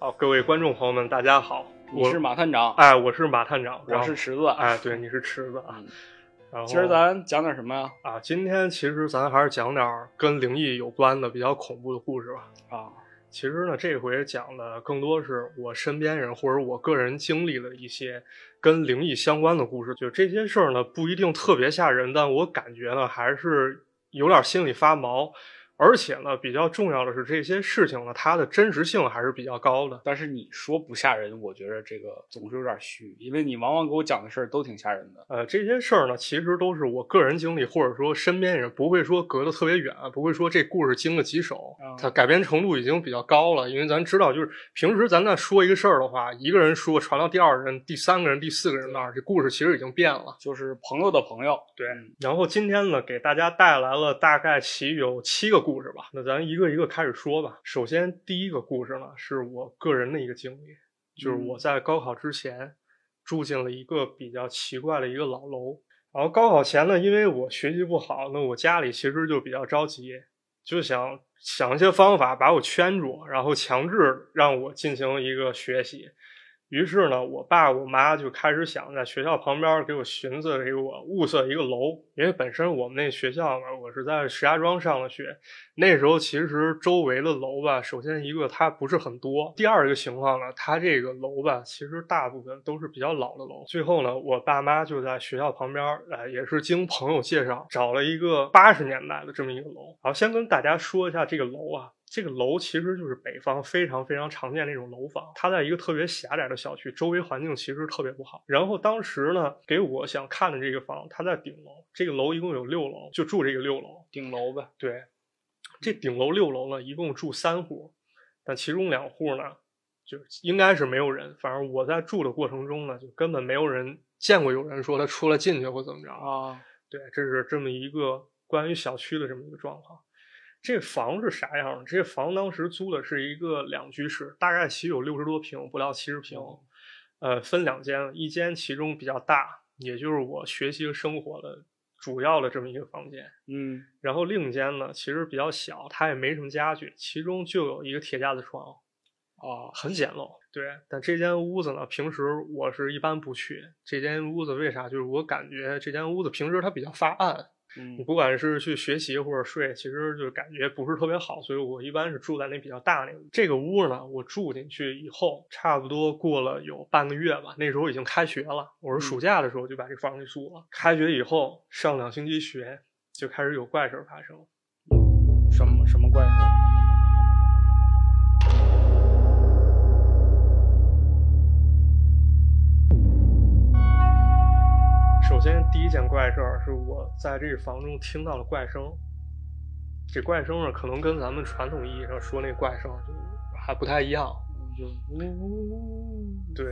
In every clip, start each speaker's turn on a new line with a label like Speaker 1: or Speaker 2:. Speaker 1: 好，哦各位观众朋友们，大家好，
Speaker 2: 你
Speaker 1: 我
Speaker 2: 是马探长，
Speaker 1: 哎，我是马探长，然
Speaker 2: 我
Speaker 1: 后
Speaker 2: 是池子。
Speaker 1: 哎，对，你是池子啊
Speaker 2: 嗯。
Speaker 1: 然后
Speaker 2: 今儿咱讲点什么呀？
Speaker 1: 啊，今天其实咱还是讲点儿跟灵异有关的比较恐怖的故事吧。
Speaker 2: 啊，
Speaker 1: 其实呢，这回讲的更多是我身边人或者我个人经历的一些跟灵异相关的故事。就这些事儿呢，不一定特别吓人，但我感觉呢，还是有点心里发毛。而且呢，比较重要的是，这些事情呢，它的真实性还是比较高的。
Speaker 2: 但是你说不吓人，我觉着这个总是有点虚，因为你往往给我讲的事儿都挺吓人的。
Speaker 1: 呃，这些事儿呢，其实都是我个人经历，或者说身边人，不会说隔得特别远，不会说这故事经了几手
Speaker 2: 啊，
Speaker 1: 它改编程度已经比较高了。因为咱知道，就是平时咱在说一个事儿的话，一个人说传到第二个人、第三个人、第四个人那儿，这故事其实已经变了。
Speaker 2: 就是朋友的朋友，
Speaker 1: 对
Speaker 2: 嗯
Speaker 1: 然后今天呢，给大家带来了大概其有七个故事吧。那咱一个一个开始说吧。首先，第一个故事呢，是我个人的一个经历，就是
Speaker 2: 嗯
Speaker 1: 我在高考之前住进了一个比较奇怪的一个老楼。然后高考前呢，因为我学习不好，那我家里其实就比较着急，就想想一些方法把我圈住，然后强制让我进行一个学习。于是呢，我爸我妈就开始想在学校旁边给我寻思，给我物色一个楼，因为本身我们那学校嘛，我是在石家庄上的学，那时候其实周围的楼吧，首先一个它不是很多，第二个情况呢，它这个楼吧，其实大部分都是比较老的楼。最后呢，我爸妈就在学校旁边，呃，也是经朋友介绍找了一个八十年代的这么一个楼。好，先跟大家说一下这个楼啊，这个楼其实就是北方非常非常常见的一种楼房，它在一个特别狭窄的小区，周围环境其实特别不好。然后当时呢，给我想看的这个房，它在顶楼，这个楼一共有六楼，就住这个六楼。
Speaker 2: 顶楼呗。
Speaker 1: 对，这顶楼六楼呢，一共住三户，但其中两户呢，就应该是没有人。反正我在住的过程中呢，就根本没有人见过有人说他出来进去或怎么着。
Speaker 2: 啊，
Speaker 1: 对，这是这么一个关于小区的这么一个状况。这房是啥样儿？这房当时租的是一个两居室，大概其有六十多平，不到七十平。呃，分两间，一间其中比较大，也就是我学习和生活的主要的这么一个房间。
Speaker 2: 嗯，
Speaker 1: 然后另一间呢，其实比较小，它也没什么家具，其中就有一个铁架子床，
Speaker 2: 啊，
Speaker 1: 很简陋。对，但这间屋子呢，平时我是一般不去。这间屋子为啥？就是我感觉这间屋子平时它比较发暗，你
Speaker 2: 嗯，
Speaker 1: 不管是去学习或者睡，其实就感觉不是特别好，所以我一般是住在那比较大那个屋。这个屋呢，我住进去以后，差不多过了有半个月吧，那时候已经开学了，我是暑假的时候就把这房给租了。开学以后上两星期学，就开始有怪事儿发生。
Speaker 2: 什么什么怪事儿？
Speaker 1: 首先，第一件怪事儿是我在这房中听到了怪声。这怪声呢，可能跟咱们传统意义上说那怪声就是还不太一样。
Speaker 2: 就呜呜呜，
Speaker 1: 对，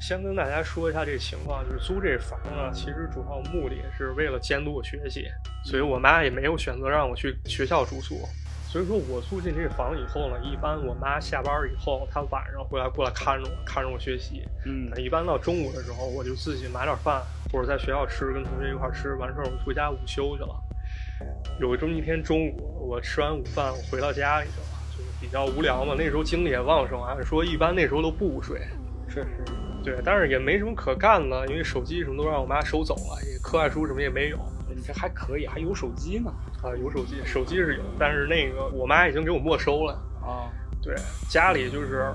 Speaker 1: 先跟大家说一下这情况，就是租这房呢，其实主要目的是为了监督我学习，所以我妈也没有选择让我去学校住宿。所以说我租进这房以后呢，一般我妈下班以后，她晚上回来过来看着我，看着我学习。
Speaker 2: 嗯
Speaker 1: 一般到中午的时候，我就自己买点饭，或者在学校吃，跟同学一块儿吃。完事儿我回家午休去了。有这么一天中午，我吃完午饭，我回到家里去了，就是比较无聊嘛。那时候精力也旺盛，啊按说一般那时候都不午睡，
Speaker 2: 是是，
Speaker 1: 对，但是也没什么可干的，因为手机什么都让我妈收走了，也课外书什么也没有。
Speaker 2: 哎你这还可以，还有手机呢。
Speaker 1: 啊，有手机，手机是有，但是那个我妈已经给我没收了。
Speaker 2: 啊，
Speaker 1: 对，家里就是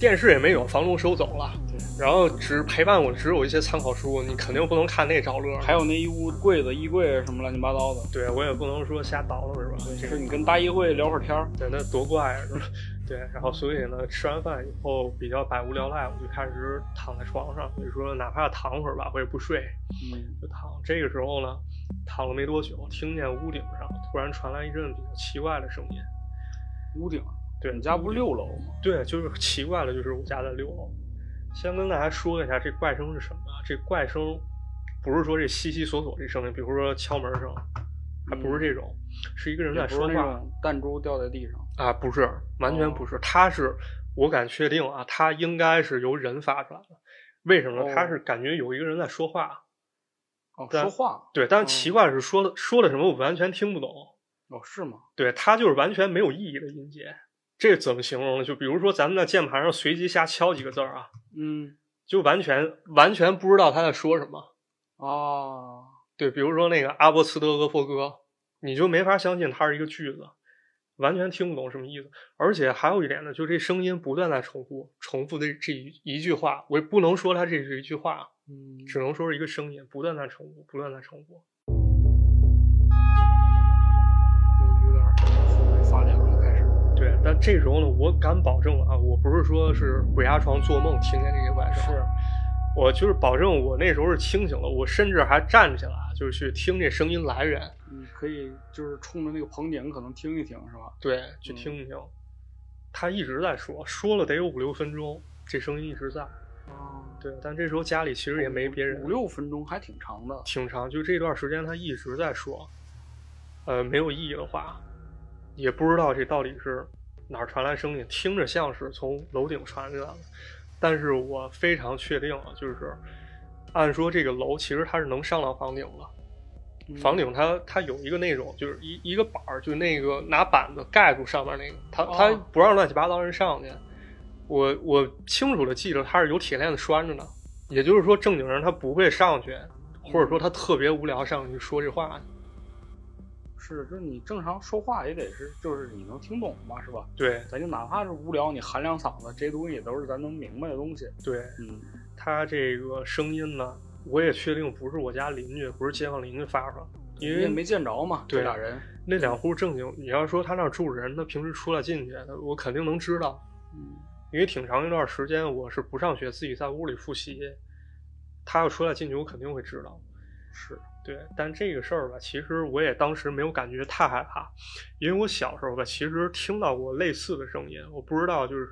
Speaker 1: 电视也没有，房东收走了。
Speaker 2: 对，
Speaker 1: 然后只陪伴我只有一些参考书，你肯定不能看那找乐。
Speaker 2: 还，有那一屋柜子、衣柜什么乱七八糟的。
Speaker 1: 对我也不能说瞎倒腾是吧？这
Speaker 2: 就是你跟大议会聊会儿天儿，
Speaker 1: 对，那多怪啊！是吧对，然后所以呢，吃完饭以后比较百无聊赖，我就开始躺在床上，你说哪怕躺会儿吧，我也不睡，
Speaker 2: 嗯，
Speaker 1: 就躺。这个时候呢，躺了没多久，听见屋顶上突然传来一阵比较奇怪的声音。
Speaker 2: 屋顶，
Speaker 1: 对，
Speaker 2: 你家不是六楼吗？
Speaker 1: 对，就是奇怪的，就是我家在六楼。先跟大家说一下这怪声是什么啊？这怪声不是说这悉悉索索这声音，比如说敲门声，还不是这种，是一个人
Speaker 2: 也
Speaker 1: 在
Speaker 2: 不是
Speaker 1: 说
Speaker 2: 那
Speaker 1: 话
Speaker 2: 种哦弹珠掉在地上，
Speaker 1: 啊，不是，完全不是，它是我敢确定啊，它应该是由人发出来的。为什么呢？
Speaker 2: 哦
Speaker 1: 它是感觉有一个人在说话，
Speaker 2: 哦，
Speaker 1: 对
Speaker 2: 说话，
Speaker 1: 对，但是奇怪是说的、说的什么我完全听不懂，
Speaker 2: 哦，是吗？
Speaker 1: 对，它就是完全没有意义的音节。这怎么形容呢？就比如说咱们在键盘上随机瞎敲几个字儿啊，
Speaker 2: 嗯，
Speaker 1: 就完全完全不知道他在说什么。
Speaker 2: 哦，
Speaker 1: 对，比如说那个阿波茨德俄波哥，你就没法相信它是一个句子，完全听不懂什么意思。而且还有一点呢，就这声音不断在重复，重复的这一一句话，我也不能说它这是一句话，啊
Speaker 2: 嗯，
Speaker 1: 只能说是一个声音不断在重复，不断在重复。
Speaker 2: 有有点儿后背发凉了，开始。
Speaker 1: 对，但这时候呢，我敢保证啊，我不是说是鬼压床做梦听见这些怪声，
Speaker 2: 是，
Speaker 1: 啊我就是保证我那时候是清醒了，我甚至还站起来，就是去听这声音来源，
Speaker 2: 你嗯可以就是冲着那个棚顶可能听一听，是吧？
Speaker 1: 对，去
Speaker 2: 嗯
Speaker 1: 听一听。他一直在说，说了得有五六分钟，这声音一直在。
Speaker 2: 哦，
Speaker 1: 对，但这时候家里其实也没别人，
Speaker 2: 五六分钟还挺长的。
Speaker 1: 挺长，就这段时间他一直在说，呃，没有意义的话，也不知道这到底是哪儿传来声音，听着像是从楼顶传进来的，但是我非常确定啊，就是按说这个楼其实它是能上到房顶的，
Speaker 2: 嗯
Speaker 1: 房顶它它有一个那种就是一一个板儿，就那个拿板子盖住上面那个，它它
Speaker 2: 哦
Speaker 1: 不让乱七八糟人上去。我我清楚的记得它是有铁链子拴着的，也就是说正经人他不会上去，或者说他特别无聊上去说这话。
Speaker 2: 嗯是，就是你正常说话也得是，就是你能听懂嘛，是吧？
Speaker 1: 对
Speaker 2: 咱就哪怕是无聊，你喊两嗓子，这些东西也都是咱能明白的东西。
Speaker 1: 对，
Speaker 2: 嗯，
Speaker 1: 他这个声音呢，我也确定不是我家邻居，不是街坊邻居发出来的，因
Speaker 2: 你
Speaker 1: 为
Speaker 2: 也没见着嘛，
Speaker 1: 对
Speaker 2: 这俩人。
Speaker 1: 那两户正经，你要说他那儿住着人，他平时出来进去，我肯定能知道。
Speaker 2: 嗯，
Speaker 1: 因为挺长一段时间我是不上学，自己在屋里复习。他要出来进去，我肯定会知道。
Speaker 2: 是，
Speaker 1: 对，但这个事儿吧，其实我也当时没有感觉太害怕，因为我小时候吧，其实听到过类似的声音。我不知道就是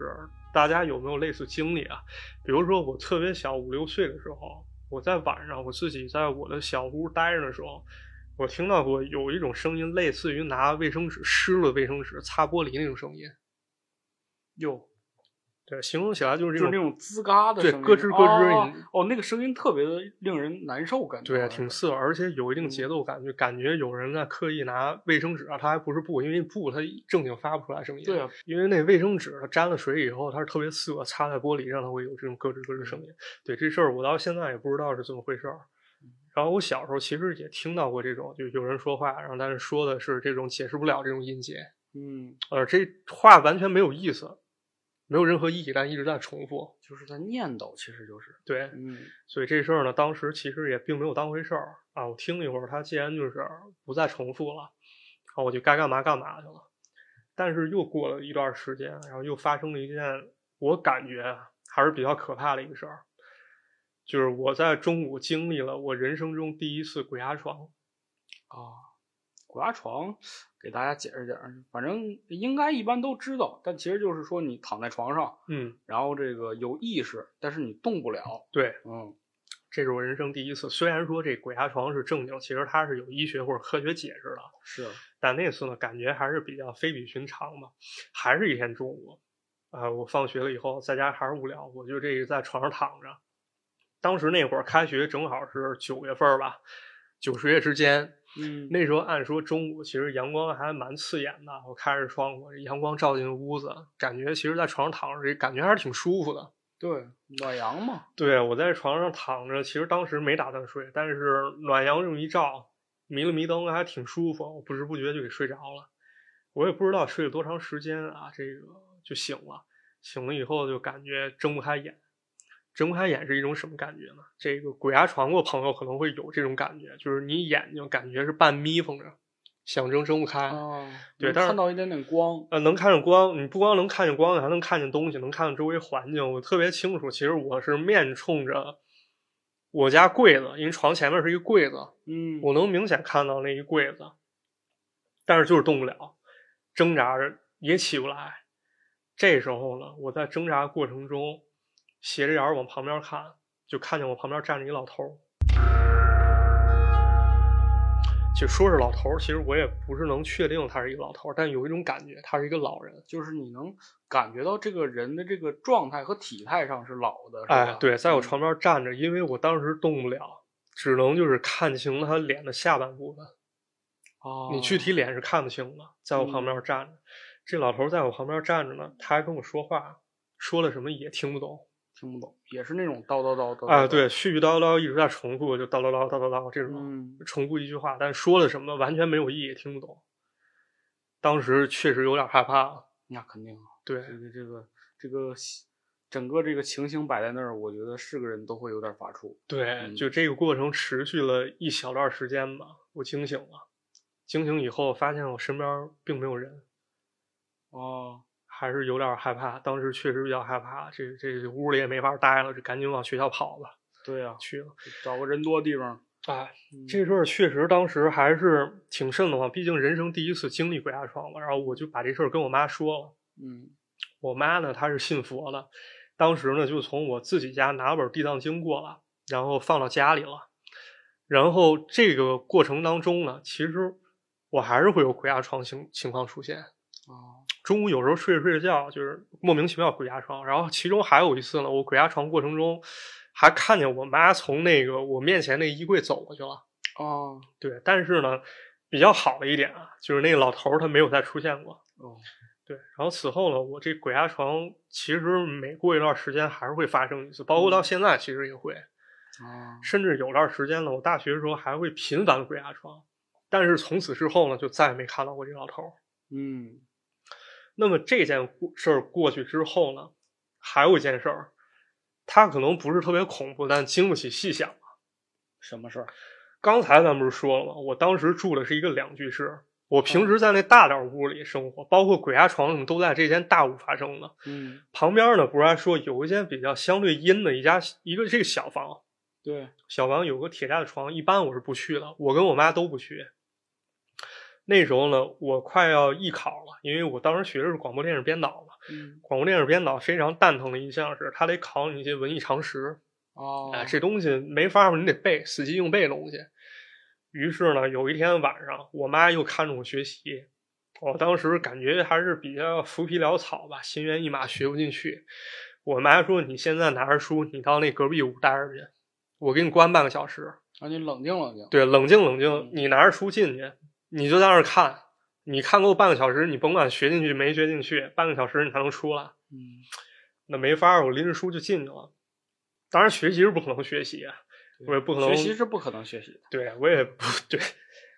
Speaker 1: 大家有没有类似经历啊？比如说我特别小，五六岁的时候，我在晚上我自己在我的小屋待着的时候，我听到过有一种声音，类似于拿卫生纸湿了卫生纸擦玻璃那种声音。
Speaker 2: 哟，
Speaker 1: 对，形容起来就是这
Speaker 2: 就是
Speaker 1: 种
Speaker 2: 那种吱嘎的
Speaker 1: 对
Speaker 2: 声音，
Speaker 1: 咯吱咯吱
Speaker 2: 哦
Speaker 1: 你
Speaker 2: 哦哦，那个声音特别的令人难受，感觉啊
Speaker 1: 对，啊
Speaker 2: 好像
Speaker 1: 挺
Speaker 2: 是
Speaker 1: 刺耳，而且有一定
Speaker 2: 嗯
Speaker 1: 节奏感，就感觉有人在刻意拿卫生纸啊，它还不是布，因为布它正经发不出来声音。
Speaker 2: 对啊，
Speaker 1: 因为那卫生纸它沾了水以后，它是特别涩，擦在玻璃上它会有这种咯吱咯吱声音。对这事儿，我到现在也不知道是怎么回事儿。
Speaker 2: 嗯
Speaker 1: 然后我小时候其实也听到过这种，就有人说话，然后但是说的是这种解释不了这种音节，
Speaker 2: 嗯，
Speaker 1: 呃，这话完全没有意思，没有任何意义，但一直在重复。
Speaker 2: 就是在念叨，其实就是，
Speaker 1: 对，
Speaker 2: 嗯，
Speaker 1: 所以这事儿呢，当时其实也并没有当回事儿啊。我听了一会儿，他既然就是不再重复了，啊，我就该干嘛干嘛去了。但是又过了一段时间，然后又发生了一件我感觉啊还是比较可怕的一个事儿，就是我在中午经历了我人生中第一次鬼压床。
Speaker 2: 啊，鬼压床，给大家解释解释，反正应该一般都知道，但其实就是说你躺在床上，
Speaker 1: 嗯，
Speaker 2: 然后这个有意识，但是你动不了，
Speaker 1: 对，
Speaker 2: 嗯，
Speaker 1: 这是我人生第一次。虽然说这鬼压床是正经，其实它是有医学或者科学解释的，
Speaker 2: 是，
Speaker 1: 但那次呢，感觉还是比较非比寻常吧。还是一天中午，啊、我放学了以后，在家还是无聊，我就这个在床上躺着。当时那会儿开学正好是九月份儿吧，九十月之间。
Speaker 2: 嗯，
Speaker 1: 那时候按说中午其实阳光还蛮刺眼的，我开着窗户，阳光照进屋子，感觉其实在床上躺着，感觉还是挺舒服的。
Speaker 2: 对，暖阳嘛，
Speaker 1: 对，我在床上躺着，其实当时没打算睡，但是暖阳这么一照，迷了迷瞪，还挺舒服，我不知不觉就给睡着了。我也不知道睡了多长时间啊，这个就醒了。醒了以后就感觉睁不开眼，睁不开眼是一种什么感觉呢？这个鬼压床过朋友可能会有这种感觉，就是你眼睛感觉是半眯缝着，想睁睁不开。
Speaker 2: 啊，
Speaker 1: 对
Speaker 2: 能
Speaker 1: 但是
Speaker 2: 看到一点点光，
Speaker 1: 呃，能看见光，你不光能看见光，你还能看见东西，能看见周围环境。我特别清楚，其实我是面冲着我家柜子，因为床前面是一个柜子，
Speaker 2: 嗯，
Speaker 1: 我能明显看到那一柜子，但是就是动不了，挣扎着也起不来。这时候呢，我在挣扎过程中斜着眼儿往旁边看，就看见我旁边站着一老头儿。就说是老头儿，其实我也不是能确定他是一个老头儿，但有一种感觉，他是一个老人。
Speaker 2: 就是你能感觉到这个人的这个状态和体态上是老的，是吧？
Speaker 1: 哎，对，在我
Speaker 2: 嗯
Speaker 1: 床边站着，因为我当时动不了，只能就是看清他脸的下半部分。
Speaker 2: 啊，
Speaker 1: 你具体脸是看不清的，在我旁边站着。这老头在我旁边站着呢，他还跟我说话，说了什么也听不懂
Speaker 2: 听不懂，也是那种叨叨叨叨
Speaker 1: 啊。
Speaker 2: 叨
Speaker 1: 对，，絮絮叨叨一直在重复，就叨叨叨叨叨叨这种、
Speaker 2: 嗯，
Speaker 1: 重复一句话，但说了什么完全没有意义，也听不懂。当时确实有点害怕了。
Speaker 2: 那肯定啊，
Speaker 1: 对
Speaker 2: 这个这个这个整个这个情形摆在那儿，我觉得是个人都会有点发怵。
Speaker 1: 对，就这个过程持续了一小段时间吧。我惊醒了，惊醒以后发现我身边并没有人，
Speaker 2: 哦，
Speaker 1: 还是有点害怕。当时确实比较害怕，这这屋里也没法待了，就赶紧往学校跑吧，
Speaker 2: 对呀、啊，
Speaker 1: 去了。
Speaker 2: 找个人多地方。
Speaker 1: 哎，
Speaker 2: 嗯
Speaker 1: 这事儿确实当时还是挺瘆得慌，毕竟人生第一次经历鬼压床嘛。然后我就把这事儿跟我妈说了，
Speaker 2: 嗯
Speaker 1: 我妈呢她是信佛的，当时呢就从我自己家拿本地藏经过来，然后放到家里了。然后这个过程当中呢，其实我还是会有鬼压床情情况出现。
Speaker 2: 啊，
Speaker 1: 中午有时候睡着睡着觉，就是莫名其妙鬼压床。然后其中还有一次呢，我鬼压床过程中还看见我妈从那个我面前那衣柜走过去了。
Speaker 2: 哦
Speaker 1: 对，但是呢，比较好的一点啊，就是那个老头儿他没有再出现过。
Speaker 2: 哦，
Speaker 1: 对，然后此后呢，我这鬼压床其实每过一段时间还是会发生一次，包括到现在其实也会，
Speaker 2: 啊，
Speaker 1: 甚至有段时间呢，我大学的时候还会频繁的鬼压床，但是从此之后呢，就再也没看到过这老头儿。
Speaker 2: 嗯
Speaker 1: 那么这件故事儿过去之后呢，还有一件事儿，它可能不是特别恐怖，但经不起细想。
Speaker 2: 什么事儿？
Speaker 1: 刚才咱不是说了吗？我当时住的是一个两居室，我平时在那大点儿屋里生活，包括鬼压床什么都在这间大屋发生的。
Speaker 2: 嗯，
Speaker 1: 旁边呢，不是还说有一间比较相对阴的一家一个这个小房，
Speaker 2: 对，
Speaker 1: 小房有个铁架的床，一般我是不去的，我跟我妈都不去。那时候呢，我快要艺考了，因为我当时学的是广播电视编导嘛。
Speaker 2: 嗯
Speaker 1: 广播电视编导非常蛋疼的一项是，他得考你一些文艺常识，
Speaker 2: 哦，
Speaker 1: 哎，这东西没法儿，你得背，死记硬背东西。于是呢，有一天晚上，我妈又看着我学习，我当时感觉还是比较浮皮潦草吧，心猿意马，学不进去。我妈说：“你现在拿着书，你到那隔壁屋待着去，我给你关半个小时。
Speaker 2: 让你冷静冷静。
Speaker 1: 对，冷静冷
Speaker 2: 嗯
Speaker 1: 静，你拿着书进去，你就在那儿看，你看够半个小时，你甭管学进去没学进去，半个小时你才能出来。
Speaker 2: 嗯，
Speaker 1: 那没法儿，我拎着书就进去了。当然，学习是不可能学习啊，我也不可能
Speaker 2: 学习是不可能学习的。
Speaker 1: 对我也不 对，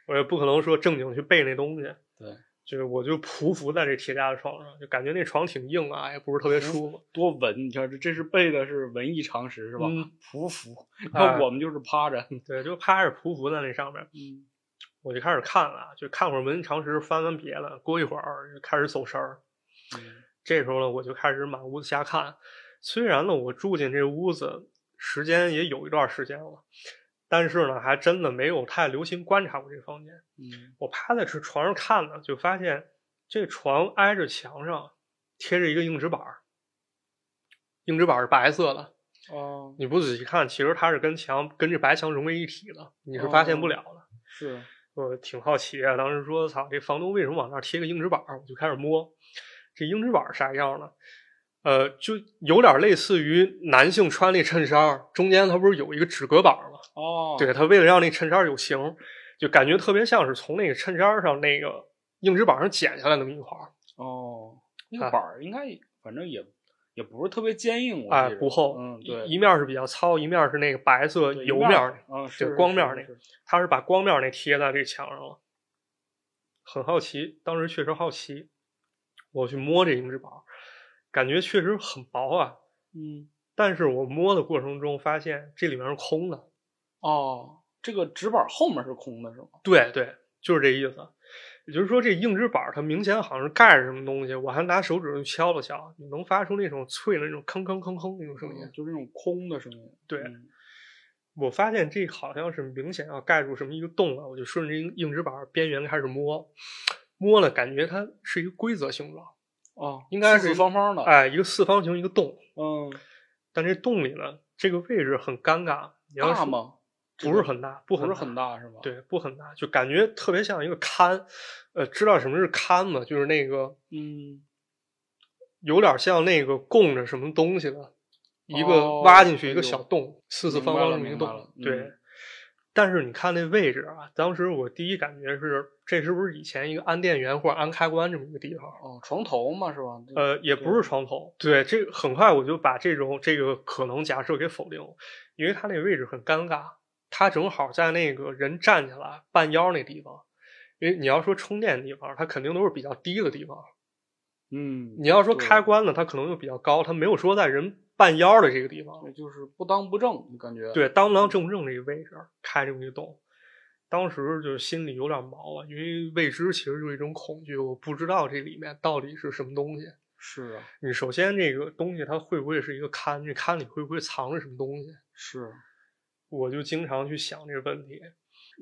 Speaker 1: 我也不可能说正经去背那东西。
Speaker 2: 对，
Speaker 1: 就是我就匍匐在这铁架的床上，就感觉那床挺硬啊，也不是特
Speaker 2: 嗯
Speaker 1: 别舒服。
Speaker 2: 多文，你看这这是背的是文艺常识是吧？
Speaker 1: 嗯
Speaker 2: 匍匐，
Speaker 1: 哎
Speaker 2: 那我们就是趴着。
Speaker 1: 对，就趴着匍匐在那上面，
Speaker 2: 嗯
Speaker 1: 我就开始看了，就看会儿文艺常识，翻翻别的。过一会儿就开始走神儿。
Speaker 2: 嗯
Speaker 1: 这时候呢，我就开始满屋子瞎看。虽然呢，我住进这屋子时间也有一段时间了，但是呢，还真的没有太留心观察过这房间。
Speaker 2: 嗯，
Speaker 1: 我趴在这床上看呢，就发现这床挨着墙上贴着一个硬纸板儿，硬纸板儿是白色的。
Speaker 2: 哦，
Speaker 1: 你不仔细看，其实它是跟墙跟这白墙融为一体的，你是发现不了的。
Speaker 2: 是，
Speaker 1: 我挺好奇啊，当时说操，这房东为什么往那儿贴个硬纸板儿？我就开始摸，这硬纸板儿啥样呢？呃，就有点类似于男性穿那衬衫儿，中间它不是有一个纸隔板儿吗？
Speaker 2: 哦，
Speaker 1: 对，他为了让那衬衫儿有型，就感觉特别像是从那个衬衫儿上那个硬纸板上剪下来那么一块儿，
Speaker 2: 哦，那个
Speaker 1: 啊
Speaker 2: 板儿应该反正也也不是特别坚硬，我
Speaker 1: 哎、
Speaker 2: 记着
Speaker 1: 不厚，
Speaker 2: 嗯，
Speaker 1: 一
Speaker 2: 对，
Speaker 1: 一面儿是比较糙，一面儿是那个白色
Speaker 2: 对
Speaker 1: 油
Speaker 2: 一面
Speaker 1: 面儿那
Speaker 2: 儿，嗯，
Speaker 1: 对
Speaker 2: 是
Speaker 1: 光面儿
Speaker 2: 那
Speaker 1: 那他是把光面儿那贴在这个墙上了。很好奇，当时确实好奇，我去摸这硬纸板儿，感觉确实很薄啊，
Speaker 2: 嗯，
Speaker 1: 但是我摸的过程中发现这里面是空的，
Speaker 2: 哦，这个纸板儿后面是空的是吗？
Speaker 1: 对对，就是这意思。也就是说，这硬纸板儿它明显好像是盖着什么东西，我还拿手指头敲了敲，你能发出那种脆的那种吭吭吭吭那种声音
Speaker 2: 嗯。就是那种空的声音，
Speaker 1: 对
Speaker 2: 嗯
Speaker 1: 我发现这好像是明显要盖住什么一个洞了，我就顺着硬硬纸板儿边缘开始摸，摸了感觉它是一个规则形状，
Speaker 2: 哦，
Speaker 1: 应该
Speaker 2: 四
Speaker 1: 是
Speaker 2: 四方方的，
Speaker 1: 哎，一个四方形一个洞，
Speaker 2: 嗯，
Speaker 1: 但这洞里呢，这个位置很尴尬。你要
Speaker 2: 大
Speaker 1: 说？
Speaker 2: 吗？这
Speaker 1: 不是
Speaker 2: 个
Speaker 1: 很大，不
Speaker 2: 不
Speaker 1: 很
Speaker 2: 是
Speaker 1: 大
Speaker 2: 很大是吧？，
Speaker 1: 对，不很大，就感觉特别像一个龛。呃，知道什么是龛吗？就是那个
Speaker 2: 嗯，
Speaker 1: 有点像那个供着什么东西的，一个
Speaker 2: 哦
Speaker 1: 挖进去一
Speaker 2: 哎呦
Speaker 1: 个小洞，四四
Speaker 2: 明白
Speaker 1: 方方
Speaker 2: 了
Speaker 1: 这么一个
Speaker 2: 明白
Speaker 1: 洞
Speaker 2: 了，
Speaker 1: 对。
Speaker 2: 嗯
Speaker 1: 但是你看那位置啊，当时我第一感觉是，这是不是以前一个安电源或者安开关这么一个地方？
Speaker 2: 哦，床头嘛是吧？嗯对
Speaker 1: 呃，也不是床头。对，这很快我就把这种这个可能假设给否定了，因为它那个位置很尴尬，它正好在那个人站起来半腰那地方。因为你要说充电的地方，它肯定都是比较低的地方。
Speaker 2: 嗯，
Speaker 1: 你要说
Speaker 2: 对
Speaker 1: 开关呢，它可能就比较高，它没有说在人半腰的这个地方。
Speaker 2: 对就是不当不正，你感觉
Speaker 1: 对，当不当正不正这个位置开这么一个洞，当时就心里有点毛啊，因为未知其实就是一种恐惧，我不知道这里面到底是什么东西。
Speaker 2: 是啊
Speaker 1: 你首先这个东西它会不会是一个龛？这龛里会不会藏着什么东西？
Speaker 2: 是啊，
Speaker 1: 我就经常去想这个问题。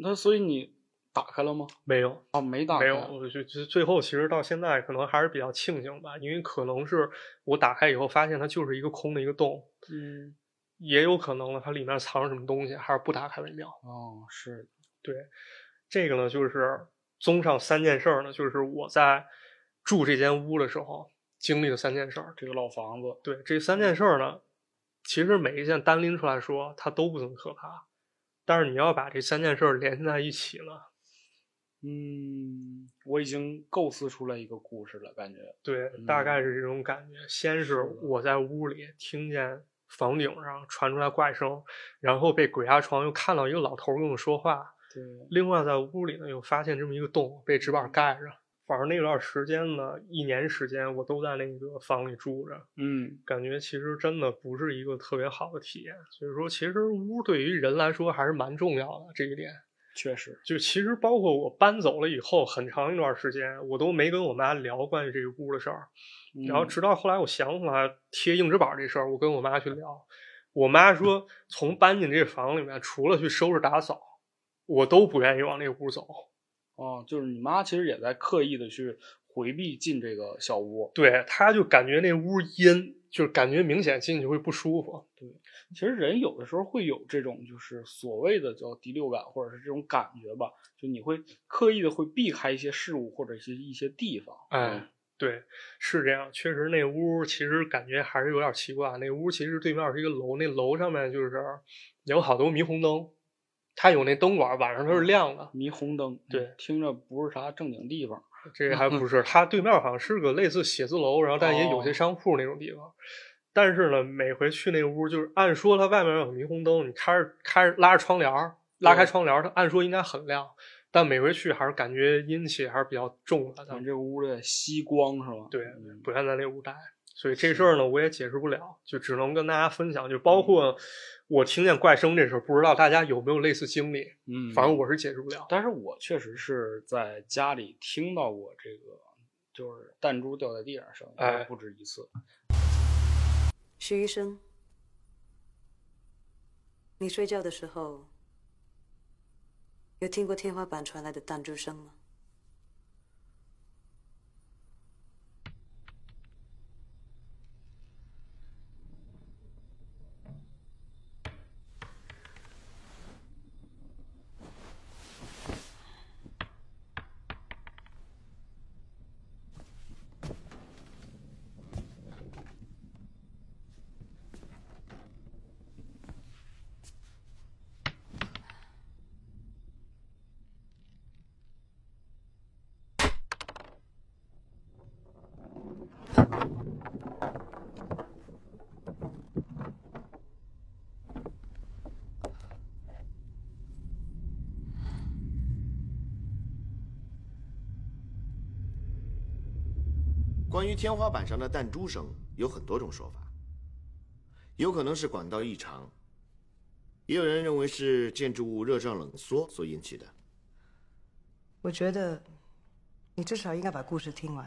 Speaker 2: 那所以你打开了吗？
Speaker 1: 没有，
Speaker 2: 啊，没打
Speaker 1: 哦没
Speaker 2: 开，
Speaker 1: 有，我就就最后其实到现在可能还是比较庆幸吧，因为可能是我打开以后发现它就是一个空的一个洞，
Speaker 2: 嗯，
Speaker 1: 也有可能呢它里面藏着什么东西，还是不打开为妙。
Speaker 2: 哦，是，
Speaker 1: 对，这个呢，就是综上三件事儿呢，就是我在住这间屋的时候经历的三件事儿。
Speaker 2: 这个老房子，
Speaker 1: 对，这三件事儿呢，其实每一件单拎出来说，它都不怎么可怕，但是你要把这三件事儿联系在一起呢，
Speaker 2: 嗯，我已经构思出来一个故事了，感觉，
Speaker 1: 对，
Speaker 2: 嗯
Speaker 1: 大概是这种感觉。先
Speaker 2: 是
Speaker 1: 是
Speaker 2: 的
Speaker 1: 我在屋里听见。房顶上传出来怪声，然后被鬼压床，又看到一个老头儿跟我说话，
Speaker 2: 对，
Speaker 1: 另外，在屋里呢又发现这么一个洞，被纸板盖着。反正那段时间呢，一年时间我都在那个房里住着，
Speaker 2: 嗯，
Speaker 1: 感觉其实真的不是一个特别好的体验。所以说，其实屋对于人来说还是蛮重要的这一点。
Speaker 2: 确实，
Speaker 1: 就其实包括我搬走了以后，很长一段时间我都没跟我妈聊关于这个屋的事儿。然后
Speaker 2: 嗯
Speaker 1: 直到后来我想起来贴硬纸板这事儿，我跟我妈去聊，我妈说从搬进这房里面，除了去收拾打扫，我都不愿意往那屋走。
Speaker 2: 哦，就是你妈其实也在刻意的去回避进这个小屋。
Speaker 1: 对，她就感觉那屋阴，就是感觉明显进去会不舒服。
Speaker 2: 其实人有的时候会有这种就是所谓的叫第六感，或者是这种感觉吧，就你会刻意的会避开一些事物或者一些一些地方。嗯
Speaker 1: 哎，对，是这样，确实那屋其实感觉还是有点奇怪。那屋其实对面是一个楼，那楼上面就是有好多霓虹灯，它有那灯管，晚上它是亮的。
Speaker 2: 嗯，霓虹灯，
Speaker 1: 对，啊
Speaker 2: 听着不是啥正经地方。
Speaker 1: 这还不 是，它对面好像是个类似写字楼，然后但也有些
Speaker 2: 哦
Speaker 1: 商铺那种地方。但是呢，每回去那屋，就是按说它外面有霓虹灯，你开着开着拉着窗帘儿，拉开
Speaker 2: 对
Speaker 1: 窗帘儿，它按说应该很亮，但每回去还是感觉阴气还是比较重的，
Speaker 2: 咱
Speaker 1: 咱
Speaker 2: 们
Speaker 1: 们
Speaker 2: 这屋的吸光是吧？
Speaker 1: 对
Speaker 2: 嗯
Speaker 1: 不愿在那屋待。所以这事儿呢，我也解释不了，就只能跟大家分享。就
Speaker 2: 嗯
Speaker 1: 包括我听见怪声这事儿，不知道大家有没有类似经历，
Speaker 2: 嗯，
Speaker 1: 反正我是解释不了。
Speaker 2: 但是我确实是在家里听到过这个，就是弹珠掉在地上声音，
Speaker 1: 哎
Speaker 2: 不止一次。
Speaker 3: 徐医生，你睡觉的时候有听过天花板传来的弹珠声吗？
Speaker 4: 关于天花板上的弹珠声，有很多种说法，有可能是管道异常，也有人认为是建筑物热胀冷缩所引起的。
Speaker 3: 我觉得你至少应该把故事听完。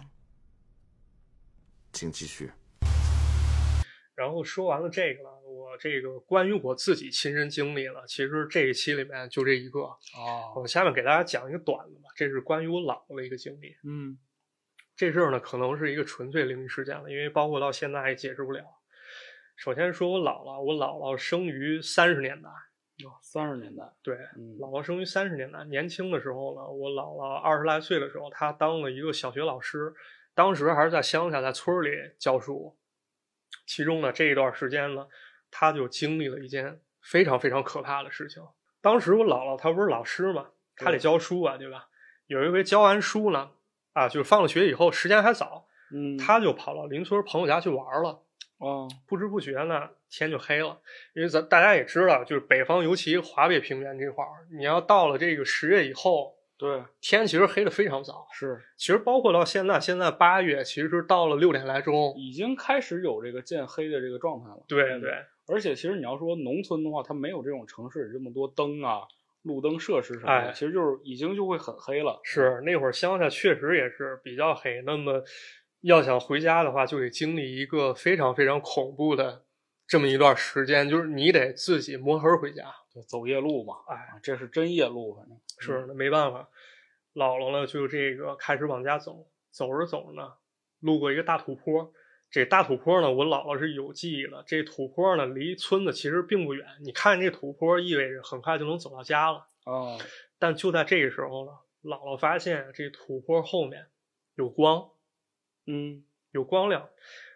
Speaker 4: 请继续。
Speaker 1: 然后说完了这个了，我这个关于我自己亲身经历了，其实这一期里面就这一个。
Speaker 2: 哦，
Speaker 1: 我下面给大家讲一个短的吧，这是关于我姥姥的一个经历。
Speaker 2: 嗯，
Speaker 1: 这事儿呢，可能是一个纯粹灵异事件了，因为包括到现在也解释不了。首先说我姥姥，我姥姥生于三十年代，
Speaker 2: 三十年代，
Speaker 1: 对，
Speaker 2: 嗯，
Speaker 1: 姥姥生于三十年代，年轻的时候呢，我姥姥二十来岁的时候，她当了一个小学老师，当时还是在乡下，在村儿里教书。其中呢，这一段时间呢，她就经历了一件非常非常可怕的事情。当时我姥姥她不是老师嘛，她得教书啊，对吧？有一回教完书呢，啊，就是放了学以后时间还早，
Speaker 2: 嗯，
Speaker 1: 她就跑到邻村朋友家去玩了。
Speaker 2: 哦，
Speaker 1: 不知不觉呢，天就黑了。因为咱大家也知道，就是北方，尤其华北平原这块儿，你要到了这个十月以后，
Speaker 2: 对，
Speaker 1: 天其实黑的非常早。
Speaker 2: 是
Speaker 1: 其实包括到现在，现在八月，其实到了六点来钟。
Speaker 2: 已经开始有这个渐黑的这个状态了。
Speaker 1: 对对，
Speaker 2: 而且其实你要说农村的话，它没有这种城市里这么多灯啊、路灯设施什么的，
Speaker 1: 哎
Speaker 2: 其实就是已经就会很黑了。
Speaker 1: 是那会儿乡下确实也是比较黑。那么要想回家的话，就得经历一个非常非常恐怖的这么一段时间，就是你得自己摸黑回家。
Speaker 2: 就走夜路嘛，
Speaker 1: 哎
Speaker 2: 啊，这是真夜路，反正
Speaker 1: 是，没办法，姥姥呢就这个开始往家走，走着走着呢，路过一个大土坡。这大土坡呢，我姥姥是有记忆的。这土坡呢，离村子其实并不远。你看这土坡，意味着很快就能走到家了。
Speaker 2: 啊，
Speaker 1: 但就在这个时候呢，姥姥发现这土坡后面有光，
Speaker 2: 嗯，
Speaker 1: 有光亮。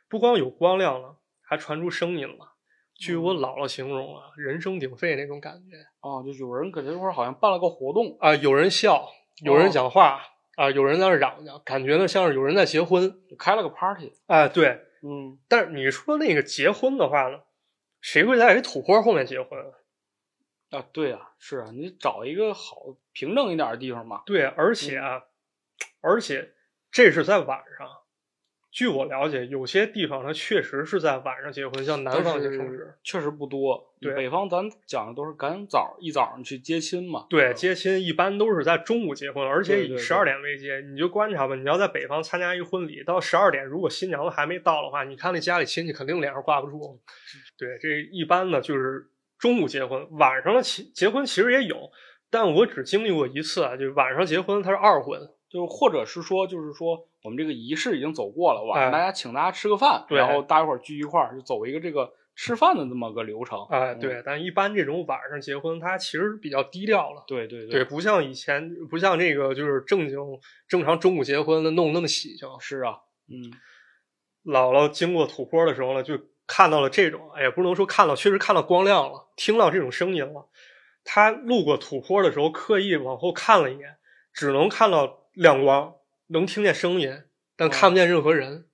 Speaker 1: 不光有光亮了，还传出声音了。据我姥姥形容啊，人声鼎沸那种感觉。
Speaker 2: 啊，就有人搁这块儿好像办了个活动，
Speaker 1: 啊、有人笑，有人讲话，啊、有人在那嚷嚷，感觉呢像是有人在结婚。
Speaker 2: 就开了个 party，
Speaker 1: 哎、对。
Speaker 2: 嗯，
Speaker 1: 但是你说那个结婚的话呢，谁会在这土坡后面结婚？
Speaker 2: 啊，对啊，是啊，你找一个好平整一点的地方嘛，
Speaker 1: 对，而且啊，而且这是在晚上。据我了解，有些地方它确实是在晚上结婚，像南方一些城市，
Speaker 2: 确实不多，
Speaker 1: 对
Speaker 2: 北方咱讲的都是赶早一早上去接亲嘛，
Speaker 1: 对接亲一般都是在中午结婚，而且
Speaker 2: 对
Speaker 1: 以
Speaker 2: 对
Speaker 1: 十二点为界。你就观察吧，你要在北方参加一婚礼，到十二点，如果新娘子还没到的话，你看那家里亲戚肯定脸上挂不住。对，这一般呢就是中午结婚，晚上的其结婚其实也有，但我只经历过一次啊，就是晚上结婚它是二婚，
Speaker 2: 就或者是说，就是说我们这个仪式已经走过了，晚
Speaker 1: 哎
Speaker 2: 上大家请大家吃个饭，
Speaker 1: 对
Speaker 2: 然后大家伙儿聚一块儿，就走一个这个吃饭的这么个流程。
Speaker 1: 哎，
Speaker 2: 嗯
Speaker 1: 对，但一般这种晚上结婚，它其实比较低调了。
Speaker 2: 对对
Speaker 1: 对，，不像以前，不像这个就是正经正常中午结婚的弄得那么喜庆。
Speaker 2: 是啊，嗯，
Speaker 1: 姥姥经过土坡的时候呢，就看到了这种，哎呀，不能说看到，确实看到光亮了，听到这种声音了。她路过土坡的时候，刻意往后看了一眼，只能看到亮光，能听见声音，但看不见任何人。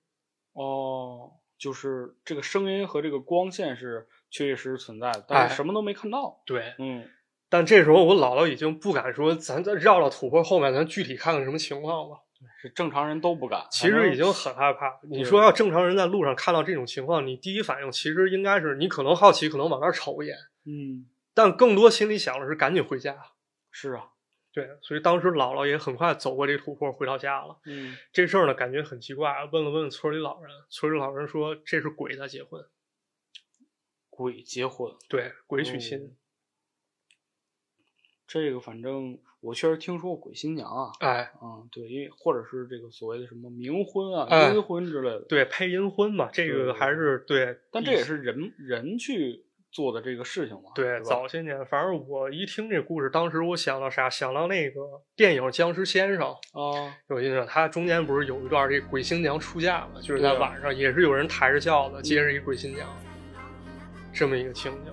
Speaker 2: 哦，就是这个声音和这个光线是确确实实存在的，但
Speaker 1: 哎
Speaker 2: 是什么都没看到。
Speaker 1: 对，
Speaker 2: 嗯，
Speaker 1: 但这时候我姥姥已经不敢说，咱再绕到土坡后面，咱具体看看什么情况吧。
Speaker 2: 是正常人都不敢。
Speaker 1: 其
Speaker 2: 反
Speaker 1: 实
Speaker 2: 正
Speaker 1: 已经很害怕了。你
Speaker 2: 对
Speaker 1: 说要正常人在路上看到这种情况，你第一反应其实应该是你可能好奇，可能往那儿瞅一眼，
Speaker 2: 嗯，
Speaker 1: 但更多心里想的是赶紧回家。
Speaker 2: 是啊，
Speaker 1: 对，所以当时姥姥也很快走过这土坡回到家了。
Speaker 2: 嗯，
Speaker 1: 这事儿呢，感觉很奇怪，啊问了问村里老人，村里老人说这是鬼在结婚，
Speaker 2: 鬼结婚
Speaker 1: 对，鬼
Speaker 2: 哦
Speaker 1: 娶亲。
Speaker 2: 这个，反正我确实听说过鬼新娘啊。
Speaker 1: 哎，
Speaker 2: 嗯，对，因为或者是这个所谓的什么冥婚啊、
Speaker 1: 哎
Speaker 2: 阴婚之类的，
Speaker 1: 对，配阴婚嘛，这
Speaker 2: 是
Speaker 1: 个还是对，
Speaker 2: 但这也是人人去做的这个事情嘛，
Speaker 1: 对
Speaker 2: 吧
Speaker 1: 早些年。反正我一听这故事，当时我想到啥？想到那个电影《僵尸先生》。
Speaker 2: 啊，
Speaker 1: 有印象，他中间不是有一段这鬼新娘出嫁嘛，就是在
Speaker 2: 对啊
Speaker 1: 晚上也是有人抬着轿子接着一鬼新娘，这么一个情景。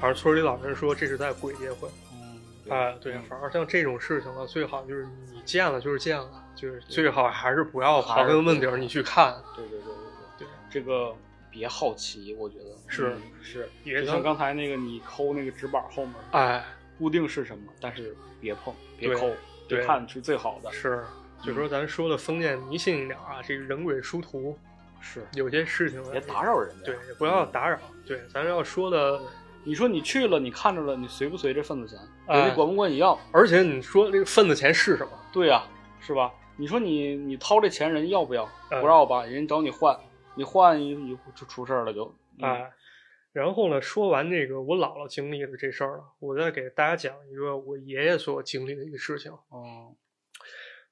Speaker 1: 反正村里老人说这是在鬼结婚
Speaker 2: 嗯，
Speaker 1: 啊、对，反正像这种事情呢，最好就是你见了就是见了，就是最好还是不要刨根问底儿你去看，
Speaker 2: 对对对
Speaker 1: 对
Speaker 2: 对对，这个别好奇，我觉得
Speaker 1: 是
Speaker 2: 嗯是，
Speaker 1: 别
Speaker 2: 就像刚才那个你抠那个纸板后面，
Speaker 1: 哎
Speaker 2: 固定是什么，但是别碰，别
Speaker 1: 对
Speaker 2: 抠，别
Speaker 1: 对
Speaker 2: 看是最好的，
Speaker 1: 是。就
Speaker 2: 嗯
Speaker 1: 说咱说的封建迷信一点啊，这个人鬼殊途，
Speaker 2: 是，
Speaker 1: 有些事情呢
Speaker 2: 别打扰嗯人家。
Speaker 1: 对，不要打扰。对，咱要说的
Speaker 2: 你说你去了，你看着了，你随不随这份子钱，
Speaker 1: 哎
Speaker 2: 人家管不管你要？
Speaker 1: 而且你说这个份子钱是什么？
Speaker 2: 对呀、是吧？你说你你掏这钱，人要不要？
Speaker 1: 嗯
Speaker 2: 不要吧，人找你换，你换一你就出事儿了就。嗯
Speaker 1: 哎，然后呢，说完这个我姥姥经历的这事儿了，我再给大家讲一个我爷爷所经历的一个事情。
Speaker 2: 哦，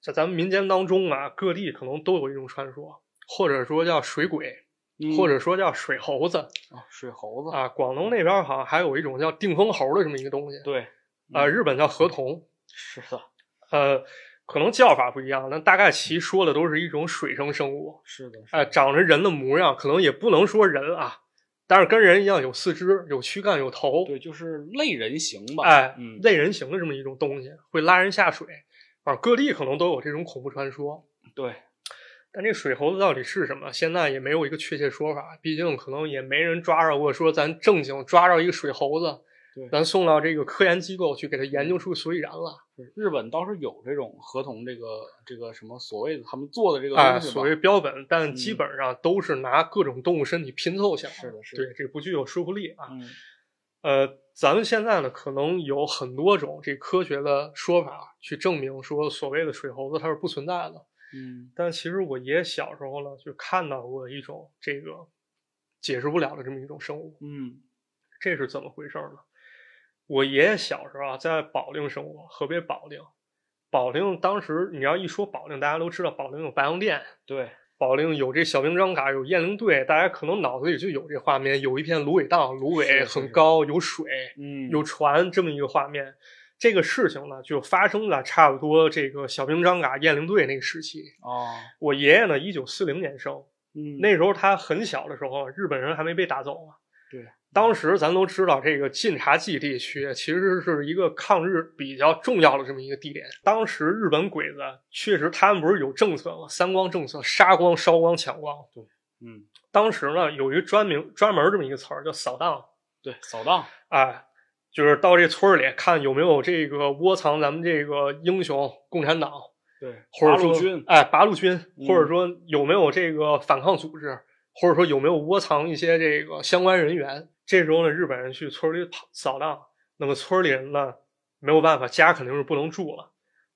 Speaker 1: 在咱们民间当中啊，各地可能都有一种传说，或者说叫水鬼，
Speaker 2: 嗯
Speaker 1: 或者说叫水猴子
Speaker 2: 啊，水猴子，
Speaker 1: 啊。广东那边好像还有一种叫定风猴的这么一个东西，
Speaker 2: 对，
Speaker 1: 啊，
Speaker 2: 嗯
Speaker 1: 日本叫河童，
Speaker 2: 是的，
Speaker 1: 呃，可能叫法不一样，但大概其说的都是一种水生生物，
Speaker 2: 是的，是
Speaker 1: 呃，
Speaker 2: 的
Speaker 1: 长着人的模样，可能也不能说人啊，但是跟人一样有四肢、有躯干、有头，
Speaker 2: 对，就是类人形吧。
Speaker 1: 哎，
Speaker 2: 嗯，
Speaker 1: 类人形的这么一种东西，会拉人下水。啊，各地可能都有这种恐怖传说，
Speaker 2: 对，
Speaker 1: 但这水猴子到底是什么，现在也没有一个确切说法。毕竟可能也没人抓着过，说咱正经抓着一个水猴子
Speaker 2: 对，
Speaker 1: 咱送到这个科研机构去给它研究出所以然来。
Speaker 2: 是日本倒是有这种合同，这个这个什么所谓的他们做的这个
Speaker 1: 啊，
Speaker 2: 东西吧。
Speaker 1: 所谓标本，但
Speaker 2: 嗯
Speaker 1: 基本上都是拿各种动物身体拼凑起来。
Speaker 2: 是的是的
Speaker 1: 对，这不具有说服力啊。
Speaker 2: 嗯，
Speaker 1: 呃，咱们现在呢，可能有很多种这科学的说法去证明说所谓的水猴子它是不存在的。
Speaker 2: 嗯
Speaker 1: 但其实我爷爷小时候呢，就看到过一种这个解释不了的这么一种生物，
Speaker 2: 嗯
Speaker 1: 这是怎么回事呢？我爷爷小时候啊，在保定生活，河北保定。保定当时你要一说保定，大家都知道保定有白洋淀，
Speaker 2: 对，
Speaker 1: 保定有这小兵张嘎，有雁翎队，大家可能脑子里就有这画面，有一片芦苇荡，芦
Speaker 2: 是
Speaker 1: 苇
Speaker 2: 是
Speaker 1: 很
Speaker 2: 是
Speaker 1: 高，有水，
Speaker 2: 嗯
Speaker 1: 有船这么一个画面。这个事情呢，就发生在差不多这个小兵张嘎、雁翎队那个时期。
Speaker 2: 哦，
Speaker 1: 我爷爷呢，一九四零年生，
Speaker 2: 嗯
Speaker 1: 那时候他很小的时候，啊日本人还没被打走啊嘛。
Speaker 2: 对，
Speaker 1: 当时咱都知道，这个晋察冀地区啊其实是一个抗日比较重要的这么一个地点。当时日本鬼子确实，他们不是有政策吗？三光政策，杀光、烧光、抢光。
Speaker 2: 嗯
Speaker 1: 当时呢，有一个专名专门这么一个词儿叫扫荡，
Speaker 2: 对扫荡
Speaker 1: 哎，就是到这村儿里看有没有这个窝藏咱们这个英雄共产党，
Speaker 2: 对
Speaker 1: 或者
Speaker 2: 八路
Speaker 1: 说
Speaker 2: 军
Speaker 1: 哎八路军，
Speaker 2: 嗯
Speaker 1: 或者说有没有这个反抗组织，或者说有没有窝藏一些这个相关人员。这时候呢，日本人去村里跑扫荡，那么村里人呢没有办法，家肯定是不能住了。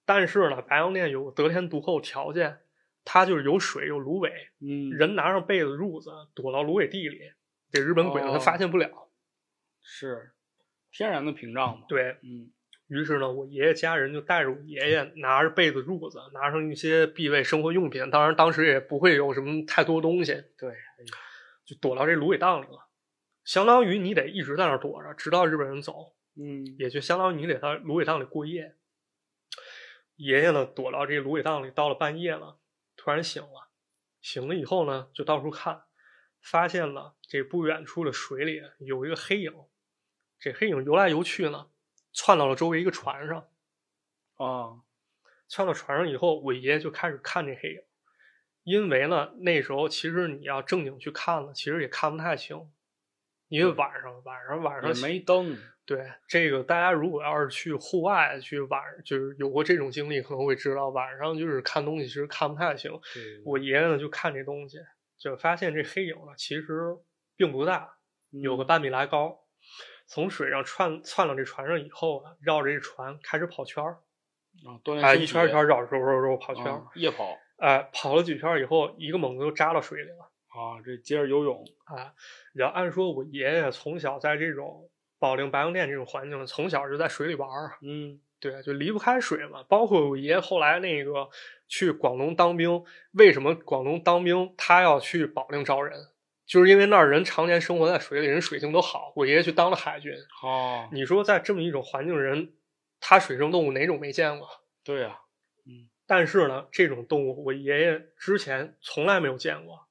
Speaker 1: 但是呢，白洋淀有得天独厚条件，它就是有水有芦苇，
Speaker 2: 嗯
Speaker 1: 人拿上被子褥子躲到芦苇地里，这日本鬼子他
Speaker 2: 哦
Speaker 1: 发现不了。
Speaker 2: 是天然的屏障嘛。
Speaker 1: 对
Speaker 2: 嗯
Speaker 1: 于是呢，我爷爷家人就带着我爷爷拿着被子、褥子，拿上一些必备生活用品，当然当时也不会有什么太多东西，
Speaker 2: 对，
Speaker 1: 就躲到这芦苇荡里了。相当于你得一直在那儿躲着，直到日本人走，
Speaker 2: 嗯
Speaker 1: 也就相当于你得在芦苇荡里过夜。爷爷呢，躲到这芦苇荡里，到了半夜了，突然醒了。醒了以后呢，就到处看，发现了这不远处的水里有一个黑影，这黑影游来游去呢，窜到了周围一个船上。
Speaker 2: 啊
Speaker 1: 窜到船上以后，我爷爷就开始看这黑影，因为呢，那时候其实你要正经去看了，其实也看不太清，因为晚上晚上晚
Speaker 2: 也
Speaker 1: 上
Speaker 2: 没灯。
Speaker 1: 对这个大家如果要是去户外去晚就是有过这种经历，可能会知道晚上就是看东西其实看不太清。
Speaker 2: 对
Speaker 1: 我爷爷呢就看这东西，就发现这黑影呢其实并不大，有个半米来高。从水上窜窜到这船上以后啊，绕着这船开始跑圈儿，
Speaker 2: 啊锻炼
Speaker 1: 啊，
Speaker 2: 身
Speaker 1: 一
Speaker 2: 体
Speaker 1: 圈儿一圈儿绕着绕着绕着跑圈儿，
Speaker 2: 啊夜跑
Speaker 1: 哎，跑了几圈以后，一个猛子就扎到水里了
Speaker 2: 啊，这接着游泳。
Speaker 1: 啊！然后按说我爷爷从小在这种保定白洋淀这种环境，从小就在水里玩儿，
Speaker 2: 嗯
Speaker 1: 对，啊就离不开水嘛。包括我爷爷后来那个去广东当兵，为什么广东当兵他要去保定招人？就是因为那儿人常年生活在水里，人水性都好。我爷爷去当了海军，
Speaker 2: 哦，
Speaker 1: 你说在这么一种环境，人他水生动物哪种没见过？
Speaker 2: 对啊呀、
Speaker 1: 但是呢，这种动物我爷爷之前从来没有见过。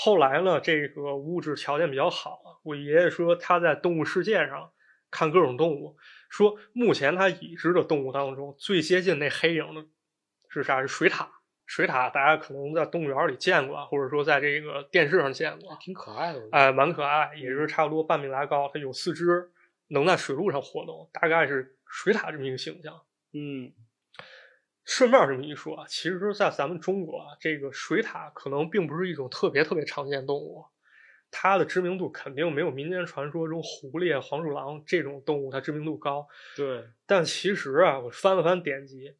Speaker 1: 后来呢，这个物质条件比较好了，我爷爷说他在动物世界上看各种动物，说目前他已知的动物当中最接近那黑影的是啥？是水獭。水獭大家可能在动物园里见过啊，或者说在这个电视上见过，
Speaker 2: 挺可爱的。我觉得
Speaker 1: 哎、蛮可爱，也就是差不多半米来高，它有四肢，能在水路上活动，大概是水獭这么一个形象。
Speaker 2: 嗯，
Speaker 1: 顺便这么一说啊，其实，在咱们中国啊，这个水獭可能并不是一种特别特别常见动物，它的知名度肯定没有民间传说中狐狸、啊黄鼠狼这种动物它知名度高。
Speaker 2: 对，
Speaker 1: 但其实啊，我翻了翻典籍，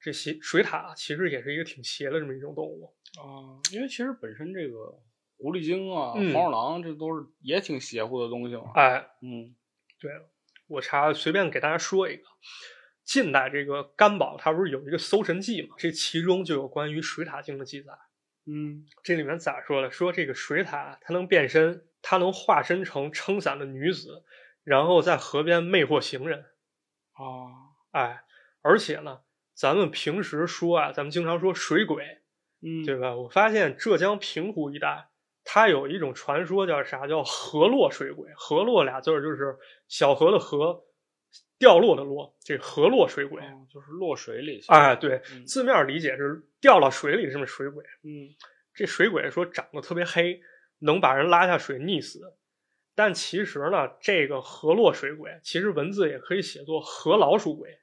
Speaker 1: 这邪水獭其实也是一个挺邪的这么一种动物。
Speaker 2: 啊，因为其实本身这个狐狸精啊、
Speaker 1: 嗯
Speaker 2: 黄鼠狼，这都是也挺邪乎的东西嘛。
Speaker 1: 哎，
Speaker 2: 嗯
Speaker 1: 对我查随便给大家说一个，近代这个甘宝它不是有一个《搜神记》嘛，这其中就有关于水獭精的记载。
Speaker 2: 嗯，
Speaker 1: 这里面咋说了？说这个水獭它能变身，它能化身成撑伞的女子，然后在河边魅惑行人。
Speaker 2: 啊，
Speaker 1: 哎，而且呢，咱们平时说啊，咱们经常说水鬼，
Speaker 2: 嗯，
Speaker 1: 对吧？我发现浙江平湖一带它有一种传说叫啥？叫河洛水鬼。河洛俩字儿就是小河的河，掉落的落，这河洛水鬼。
Speaker 2: 哦就是落水里去。
Speaker 1: 哎，对，
Speaker 2: 嗯
Speaker 1: 字面理解是掉到水里，这么水鬼。
Speaker 2: 嗯，
Speaker 1: 这水鬼说长得特别黑，能把人拉下水溺死。但其实呢，这个河洛水鬼其实文字也可以写作河老鼠鬼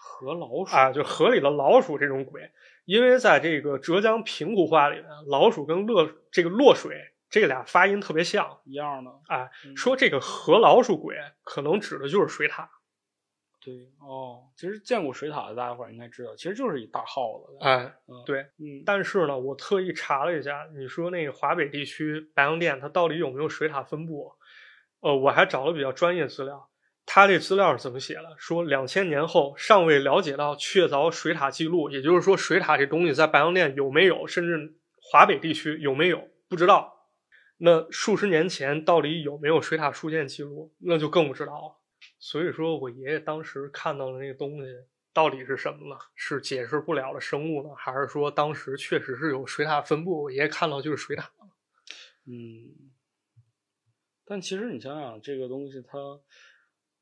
Speaker 2: 河老鼠
Speaker 1: 啊，就河里的老鼠这种鬼。因为在这个浙江平湖话里面，老鼠跟乐这个落水这俩发音特别像。
Speaker 2: 一样的
Speaker 1: 啊。
Speaker 2: 嗯
Speaker 1: 说这个河老鼠鬼可能指的就是水獭，
Speaker 2: 对哦，其实见过水獭的大家伙儿应该知道，其实就是一大耗子。
Speaker 1: 哎，
Speaker 2: 嗯
Speaker 1: 对。
Speaker 2: 嗯，
Speaker 1: 但是呢，我特意查了一下，你说那个华北地区白洋淀它到底有没有水獭分布？呃，我还找了比较专业资料，它这资料是怎么写的？说两千年后尚未了解到确凿水獭记录，也就是说水獭这东西在白洋淀有没有，甚至华北地区有没有不知道。那数十年前到底有没有水獭出现记录，那就更不知道了。所以说我爷爷当时看到的那个东西到底是什么呢？是解释不了的生物呢，还是说当时确实是有水獭分布？我爷爷看到就是 水獭。
Speaker 2: 嗯，但其实你想想，这个东西它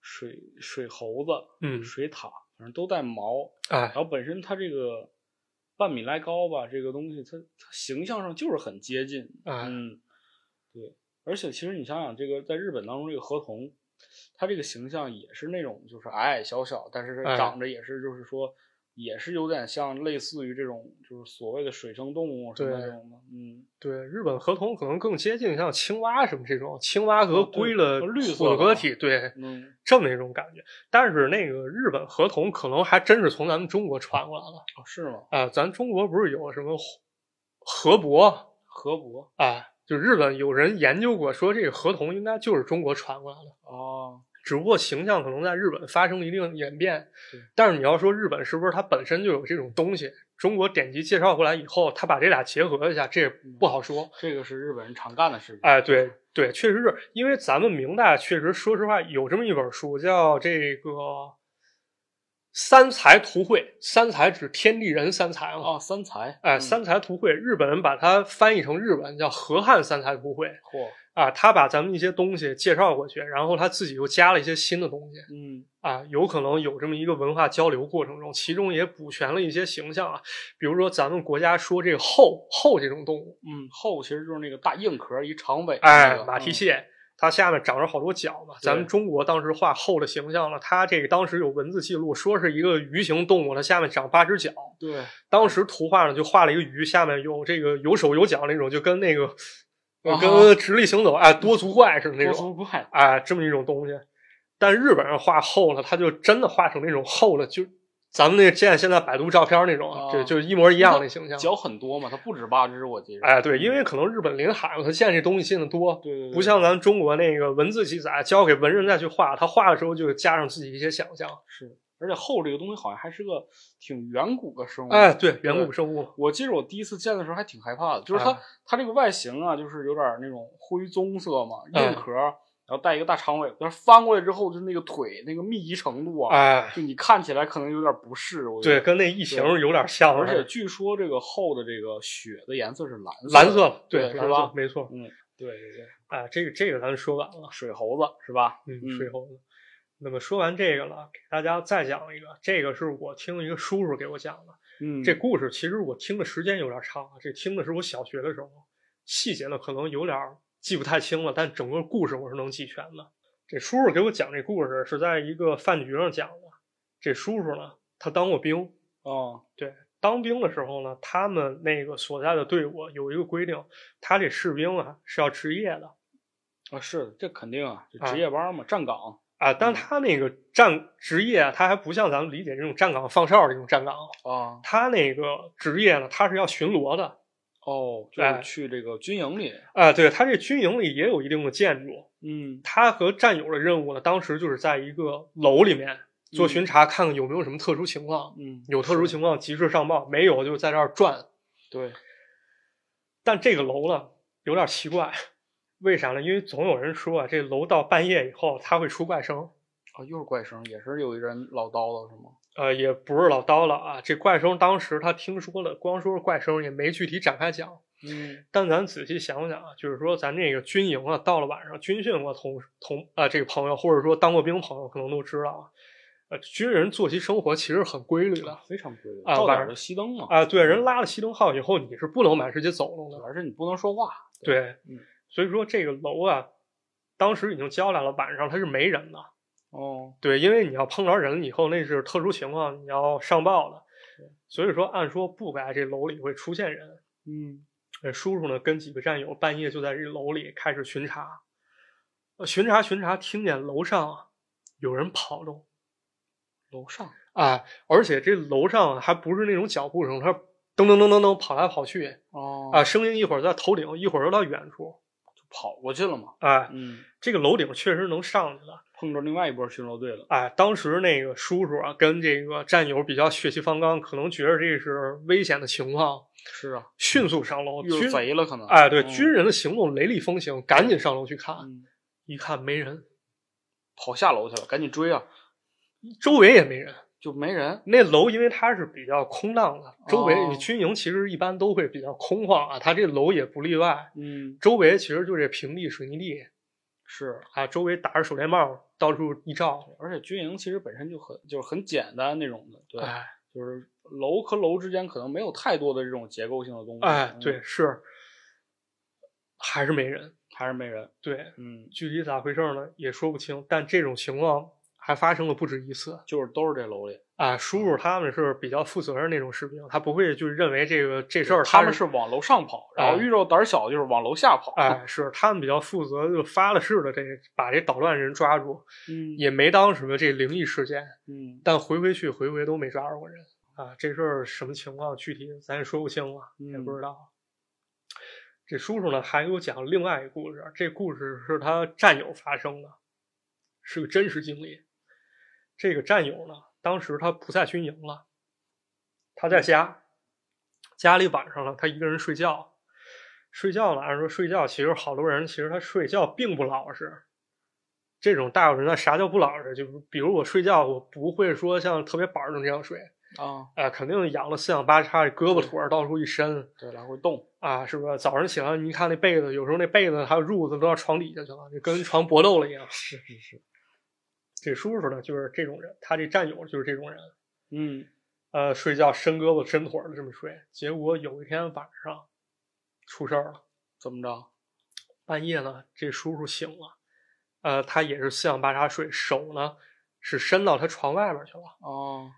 Speaker 2: 水水猴子、
Speaker 1: 嗯，
Speaker 2: 水獭，反正都带毛，
Speaker 1: 哎
Speaker 2: 然，后本身它这个半米来高吧，这个东西它它形象上就是很接近。
Speaker 1: 哎
Speaker 2: 嗯，对，而且其实你想想，这个在日本当中这个河童，它这个形象也是那种就是矮矮小小，但是
Speaker 1: 哎
Speaker 2: 长着也是就是说。也是有点像类似于这种，就是所谓的水生动物什么
Speaker 1: 对
Speaker 2: 这种的，嗯，
Speaker 1: 对，日本河童可能更接近像青蛙什么这种，青蛙和
Speaker 2: 哦对
Speaker 1: 龟的
Speaker 2: 和绿色
Speaker 1: 混
Speaker 2: 的
Speaker 1: 合
Speaker 2: 嘛
Speaker 1: 体，对，
Speaker 2: 嗯
Speaker 1: 这么一种感觉。但是那个日本河童可能还真是从咱们中国传过来了
Speaker 2: 哦是吗？
Speaker 1: 啊、咱中国不是有什么河河伯
Speaker 2: 河伯
Speaker 1: 啊，就日本有人研究过，说这个河童应该就是中国传过来的，
Speaker 2: 哦，
Speaker 1: 只不过形象可能在日本发生了一定演变
Speaker 2: 对。
Speaker 1: 但是你要说日本是不是它本身就有这种东西，中国典籍介绍过来以后，它把这俩结合一下，这也
Speaker 2: 嗯
Speaker 1: 不好说。
Speaker 2: 这个是日本人常干的事情。
Speaker 1: 哎，对对，确实是因为咱们明代确实，说实话有这么一本书叫这个《三才图会》，三才指天地人三才嘛。
Speaker 2: 哦，三才，
Speaker 1: 哎，
Speaker 2: 嗯
Speaker 1: 三才图会，日本人把它翻译成日文叫《河汉三才图会》
Speaker 2: 嚯，
Speaker 1: 啊，他把咱们一些东西介绍过去，然后他自己又加了一些新的东西
Speaker 2: 嗯，
Speaker 1: 啊，有可能有这么一个文化交流过程中，其中也补全了一些形象啊，比如说咱们国家说这个后后这种动物，
Speaker 2: 嗯，后其实就是那个大硬壳，一长尾，
Speaker 1: 哎
Speaker 2: 那，个
Speaker 1: 马蹄，蟹，它下面长着好多角嘛。咱们
Speaker 2: 嗯对
Speaker 1: 中国当时画后的形象了，它这个当时有文字记录，说是一个鱼形动物，它下面长八只脚。
Speaker 2: 嗯对，
Speaker 1: 当时图画呢就画了一个鱼，下面有这个有手有脚那种，就跟那个、呃
Speaker 2: 啊
Speaker 1: 跟直立行走啊多足怪似的那
Speaker 2: 多
Speaker 1: 种
Speaker 2: 足怪，
Speaker 1: 啊，这么一种东西。但日本人画厚了，他就真的画成那种厚了，就咱们那见现在百度照片那种，
Speaker 2: 啊
Speaker 1: 对，就一模一样那形象。
Speaker 2: 脚很多嘛，它不止八只，我记着。
Speaker 1: 哎，对，因为可能日本临海嘛，他见这东西见的多，
Speaker 2: 对对对，
Speaker 1: 不像咱中国那个文字记载，交给文人再去画，他画的时候就加上自己一些想象。
Speaker 2: 是，而且后这个东西好像还是个挺远古的生物。
Speaker 1: 哎，对，远古生物，
Speaker 2: 我记着我第一次见的时候还挺害怕的，就是它、
Speaker 1: 哎
Speaker 2: 它这个外形啊，就是有点那种灰棕色嘛，
Speaker 1: 哎
Speaker 2: 硬壳，然后带一个大长尾，但是翻过来之后，就是那个腿那个密集程度啊，
Speaker 1: 哎，
Speaker 2: 就你看起来可能有点不适。我觉
Speaker 1: 对，
Speaker 2: 得，
Speaker 1: 跟那异形有点像，
Speaker 2: 而且据说这个后的这个血的颜色是蓝色的
Speaker 1: 蓝色，
Speaker 2: 对
Speaker 1: 蓝
Speaker 2: 是
Speaker 1: 色
Speaker 2: 吧，？
Speaker 1: 没错。
Speaker 2: 嗯，对对对，
Speaker 1: 啊，这个这个咱说完了，
Speaker 2: 水猴子是吧？
Speaker 1: 嗯，
Speaker 2: 嗯
Speaker 1: 水猴子。那么说完这个了，给大家再讲一个，这个是我听一个叔叔给我讲的。
Speaker 2: 嗯，
Speaker 1: 这故事其实我听的时间有点长啊，这听的是我小学的时候，细节呢可能有点儿记不太清了，但整个故事我是能记全的。这叔叔给我讲这故事是在一个饭局上讲的。这叔叔呢，他当过兵，
Speaker 2: 哦，
Speaker 1: 对，当兵的时候呢，他们那个所在的队伍有一个规定，他这士兵啊是要值夜的
Speaker 2: 啊是的，这肯定啊，这
Speaker 1: 啊
Speaker 2: 值夜班嘛，站岗。
Speaker 1: 啊，但他那个站值夜啊，他还不像咱们理解这种站岗放哨这种站岗，
Speaker 2: 啊，
Speaker 1: 他那个值夜呢，他是要巡逻的。
Speaker 2: 哦，就
Speaker 1: 哎
Speaker 2: 是去这个军营里，
Speaker 1: 啊，对，他这军营里也有一定的建筑，
Speaker 2: 嗯，
Speaker 1: 他和战友的任务呢，当时就是在一个楼里面做巡查，看看有没有什么特殊情况，
Speaker 2: 嗯，
Speaker 1: 有特殊
Speaker 2: 是
Speaker 1: 情况及时上报，没有就在这儿转。
Speaker 2: 对，
Speaker 1: 但这个楼呢，有点奇怪，为啥呢？因为总有人说啊，这楼到半夜以后，它会出怪声。
Speaker 2: 啊，又是怪声，也是有一人唠叨叨是吗？
Speaker 1: 呃，也不是老叨了啊，这怪声当时他听说了，光说是怪声，也没具体展开讲。
Speaker 2: 嗯
Speaker 1: 但咱仔细想想啊，就是说咱这个军营啊，到了晚上军训过同同啊这个朋友，或者说当过兵朋友，可能都知道啊，呃，军人作息生活其实很规律的
Speaker 2: 非常规律，
Speaker 1: 啊
Speaker 2: 到
Speaker 1: 晚
Speaker 2: 点儿
Speaker 1: 上
Speaker 2: 就熄灯嘛。
Speaker 1: 啊。对，人拉了熄灯号以后，你是不能满世界走动的，
Speaker 2: 而且你不能说话，
Speaker 1: 对，
Speaker 2: 嗯
Speaker 1: 所以说这个楼啊，当时已经交代了，晚上它是没人的。
Speaker 2: 哦，
Speaker 1: 对，因为你要碰着人以后，那是特殊情况，你要上报的。所以说，按说不该这楼里会出现人。
Speaker 2: 嗯，
Speaker 1: 呃叔叔呢，跟几个战友半夜就在这楼里开始巡查，呃巡查巡查，听见楼上啊有人跑动
Speaker 2: 楼上
Speaker 1: 啊，而且这楼上啊还不是那种脚步声，它是噔噔噔噔噔跑来跑去
Speaker 2: 哦
Speaker 1: 啊，声音一会儿在头顶，一会儿又到远处。
Speaker 2: 就跑过去了嘛。
Speaker 1: 哎，
Speaker 2: 嗯，
Speaker 1: 这个楼顶确实能上去了。
Speaker 2: 碰着另外一波巡逻队了。
Speaker 1: 哎，当时那个叔叔啊，跟这个战友比较血气方刚，可能觉得这是危险的情况，
Speaker 2: 是啊，
Speaker 1: 迅速上楼。
Speaker 2: 遇着
Speaker 1: 军
Speaker 2: 贼了可能。
Speaker 1: 哎，对，
Speaker 2: 嗯
Speaker 1: 军人的行动雷厉风行，赶紧上楼去看，
Speaker 2: 嗯
Speaker 1: 一看没人，
Speaker 2: 跑下楼去了，赶紧追啊，
Speaker 1: 周围也没人。
Speaker 2: 就没人。
Speaker 1: 那楼因为它是比较空荡的，周围、
Speaker 2: 哦
Speaker 1: 你军营其实一般都会比较空旷啊，它这楼也不例外。
Speaker 2: 嗯，
Speaker 1: 周围其实就这平地、水泥地
Speaker 2: 是，
Speaker 1: 啊，周围打着手电帽到处一照，
Speaker 2: 而且军营其实本身就很就是很简单那种的，对，
Speaker 1: 哎，
Speaker 2: 就是楼和楼之间可能没有太多的这种结构性的东西。
Speaker 1: 哎
Speaker 2: 嗯，
Speaker 1: 对，，是，还是没人。
Speaker 2: 还是没人。
Speaker 1: 对，
Speaker 2: 嗯，
Speaker 1: 具体咋回事呢也说不清，但这种情况还发生了不止一次
Speaker 2: 就是都是这楼里，
Speaker 1: 啊。叔
Speaker 2: 哦
Speaker 1: 叔他们是比较负责任那种士兵，他不会就认为这个这事儿
Speaker 2: 他们
Speaker 1: 是
Speaker 2: 是啊往楼上跑，然后
Speaker 1: 哎
Speaker 2: 遇着胆儿小就是往楼下跑。
Speaker 1: 哎是他们比较负责，就发了誓的这把这捣乱人抓住，
Speaker 2: 嗯，
Speaker 1: 也没当什么这灵异事件，
Speaker 2: 嗯
Speaker 1: 但回回去回回都没抓着过人啊。这事儿什么情况具体咱也说不清了，也不知道。这叔叔呢还给我讲另外一个故事，这故事是他战友发生的，是个真实经历。这个战友呢，当时他不在军营了，他在家，家里晚上呢，他一个人睡觉，睡觉呢，按说睡觉其实好多人其实他睡觉并不老实。这种大有人在啥叫不老实？就是比如我睡觉，我不会说像特别板正这样睡，
Speaker 2: 啊，
Speaker 1: 啊、肯定仰了四仰八叉，胳膊腿儿到处一伸
Speaker 2: 对，来回动。
Speaker 1: 啊，是不是？早上起来，你看那被子，有时候那被子还有褥子都到床底下去了，就跟床搏斗了一样。
Speaker 2: 是是是，
Speaker 1: 这叔叔呢，就是这种人，他这战友就是这种人，
Speaker 2: 嗯，
Speaker 1: 呃，睡觉伸胳膊伸腿儿的这么睡。结果有一天晚上出事儿了，
Speaker 2: 怎么着？
Speaker 1: 半夜呢，这叔叔醒了，呃，他也是四仰八叉睡，手呢是伸到他床外边去了。
Speaker 2: 哦，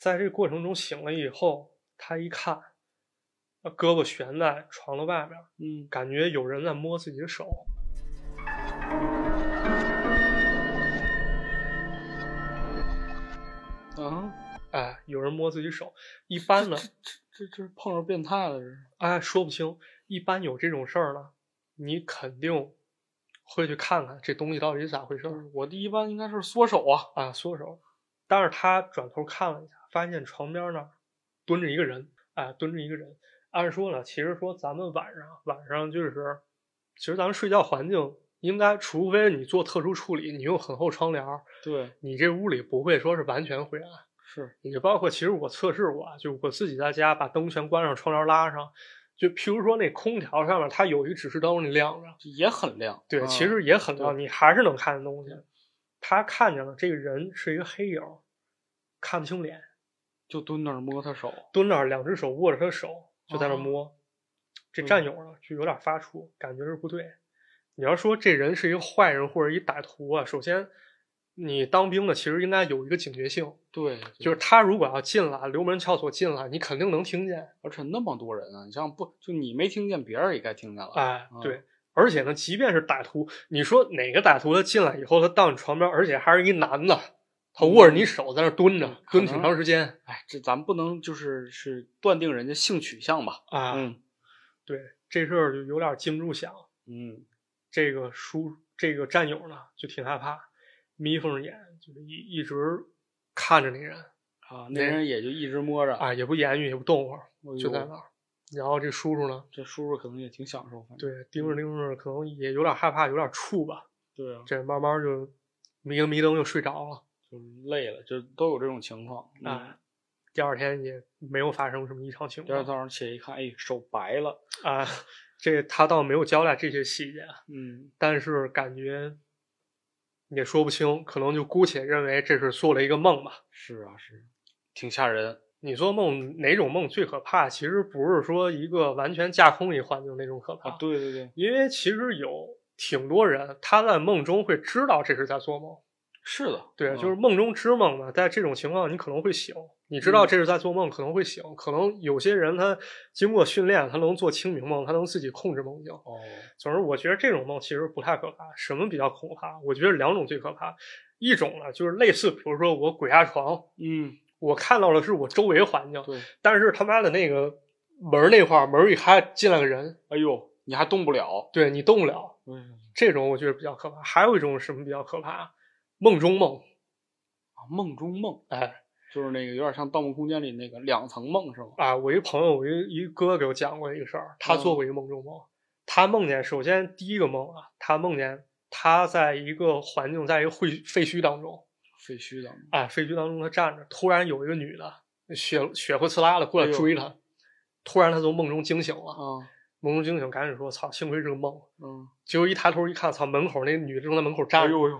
Speaker 1: 在这个过程中醒了以后，他一看，呃胳膊悬在床的外边，
Speaker 2: 嗯，
Speaker 1: 感觉有人在摸自己的手。
Speaker 2: 啊，
Speaker 1: 哎，有人摸自己手，一般呢，
Speaker 2: 这这碰着变态了，这是。
Speaker 1: 哎，说不清。一般有这种事儿呢，你肯定会去看看这东西到底是咋回事儿
Speaker 2: 我的一般应该是缩手啊。
Speaker 1: 啊，缩手。但是他转头看了一下，发现床边那儿蹲着一个人，哎，蹲着一个人。按说呢，其实说咱们晚上晚上就是，其实咱们睡觉环境应该，除非你做特殊处理，你用很厚窗帘儿，
Speaker 2: 对，
Speaker 1: 你这屋里不会说是完全灰暗。
Speaker 2: 是，
Speaker 1: 也包括其实我测试过啊，就我自己在家把灯全关上，窗帘拉上，就譬如说那空调上面它有一个指示灯，你亮着，
Speaker 2: 也很亮。
Speaker 1: 对，
Speaker 2: 啊
Speaker 1: 其实也很亮，
Speaker 2: 对
Speaker 1: 你还是能看见东西。他看见了这个人是一个黑影，看不清脸，
Speaker 2: 就蹲那儿摸他手。
Speaker 1: 蹲那儿，两只手握着他手，就在那儿
Speaker 2: 哦
Speaker 1: 摸。这
Speaker 2: 嗯
Speaker 1: 战友呢，就有点发怵，感觉是不对。你要说这人是一个坏人或者一歹徒啊，首先你当兵的其实应该有一个警觉性，
Speaker 2: 对，
Speaker 1: 就是他如果要进来，溜门撬锁进来，你肯定能听见。
Speaker 2: 而且那么多人啊，你像不就你没听见，别人也该听见了。
Speaker 1: 哎
Speaker 2: 嗯，
Speaker 1: 对。而且呢，即便是歹徒，你说哪个歹徒他进来以后，他到你床边，而且还是一男的，他握着你手在那儿蹲着，
Speaker 2: 嗯可
Speaker 1: 蹲
Speaker 2: 能
Speaker 1: 挺长时间
Speaker 2: 哎，这咱不能就是是断定人家性取向吧？
Speaker 1: 啊。
Speaker 2: 嗯
Speaker 1: 对，这事儿就有点禁不住想。
Speaker 2: 嗯，
Speaker 1: 这个叔，这个战友呢，就挺害怕，眯缝着眼，就是一一直看着那人
Speaker 2: 啊，那人也就一直摸着。
Speaker 1: 啊，也不言语，也不动会儿，
Speaker 2: 哎呦
Speaker 1: 就在那儿。然后这叔叔呢，
Speaker 2: 这叔叔可能也挺享受，反正
Speaker 1: 对，盯着盯着，可能也有点害怕，有点怵吧。
Speaker 2: 对啊，
Speaker 1: 这慢慢就迷瞪迷瞪就睡着了。
Speaker 2: 就累了，就都有这种情况。嗯
Speaker 1: 啊，第二天也没有发生什么异常情
Speaker 2: 第二天
Speaker 1: 况
Speaker 2: 早上起来一看，哎，手白了，
Speaker 1: 啊。这他倒没有交代这些细节，啊
Speaker 2: 嗯，
Speaker 1: 但是感觉也说不清，可能就姑且认为这是做了一个梦吧。
Speaker 2: 是啊，是，挺吓人，
Speaker 1: 你做梦哪种梦最可怕？其实不是说一个完全架空一环境那种可怕，
Speaker 2: 啊，对对对，
Speaker 1: 因为其实有挺多人他在梦中会知道这是在做梦，
Speaker 2: 是的，
Speaker 1: 对，啊
Speaker 2: 嗯
Speaker 1: 就是梦中知梦嘛。在这种情况，你可能会醒，你知道这是在做梦，可能会醒。可能有些人他经过训练，他能做清明梦，他能自己控制梦境。
Speaker 2: 哦，
Speaker 1: 总之，我觉得这种梦其实不太可怕。什么比较恐怕？我觉得两种最可怕，一种呢就是类似，比如说我鬼压床，
Speaker 2: 嗯，
Speaker 1: 我看到的是我周围环境，
Speaker 2: 对，
Speaker 1: 但是他妈的那个门儿那块儿门儿一开进来个人，
Speaker 2: 哎呦，你还动不了，
Speaker 1: 对你动不了，
Speaker 2: 嗯，
Speaker 1: 这种我觉得比较可怕。还有一种是什么比较可怕？梦中梦，
Speaker 2: 啊，梦中梦，
Speaker 1: 哎
Speaker 2: 就是那个有点像《盗梦空间》里那个两层梦是吗？
Speaker 1: 啊，我一朋友，我一一哥给我讲过一个事儿，他
Speaker 2: 嗯
Speaker 1: 做过一个梦中梦，他梦见首先第一个梦啊，他梦见他在一个环境，在一个废废墟当中，
Speaker 2: 废墟当中，
Speaker 1: 啊，废墟当中他站着，突然有一个女的血血呼呲啦的过
Speaker 2: 哎
Speaker 1: 来
Speaker 2: 呦
Speaker 1: 追他，突然他从梦中惊醒了，
Speaker 2: 啊，
Speaker 1: 梦中惊醒，赶紧说操，幸亏是个梦。
Speaker 2: 嗯，
Speaker 1: 结果一抬头一看，操，门口那女的正在门口
Speaker 2: 哎
Speaker 1: 站着、
Speaker 2: 呦呦，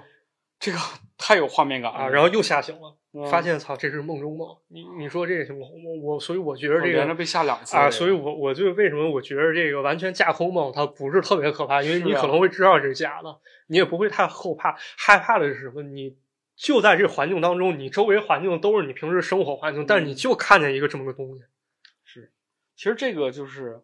Speaker 2: 这个太有画面感了
Speaker 1: 啊，然后又吓醒了，
Speaker 2: 嗯
Speaker 1: 发现操，这是梦中梦。你你说这个情况，我我所以我觉得
Speaker 2: 我
Speaker 1: 这
Speaker 2: 哦连着
Speaker 1: 个
Speaker 2: 被吓两次
Speaker 1: 啊，
Speaker 2: 了
Speaker 1: 所以我我就为什么我觉得这个完全架空梦它不是特别可怕，因为
Speaker 2: 是
Speaker 1: 你
Speaker 2: 啊
Speaker 1: 可能会知道这是假的，你也不会太后怕。害怕的是什么？你就在这环境当中，你周围环境都是你平时生活环境，但是
Speaker 2: 嗯
Speaker 1: 你就看见一个这么个东西。
Speaker 2: 是，其实这个就是，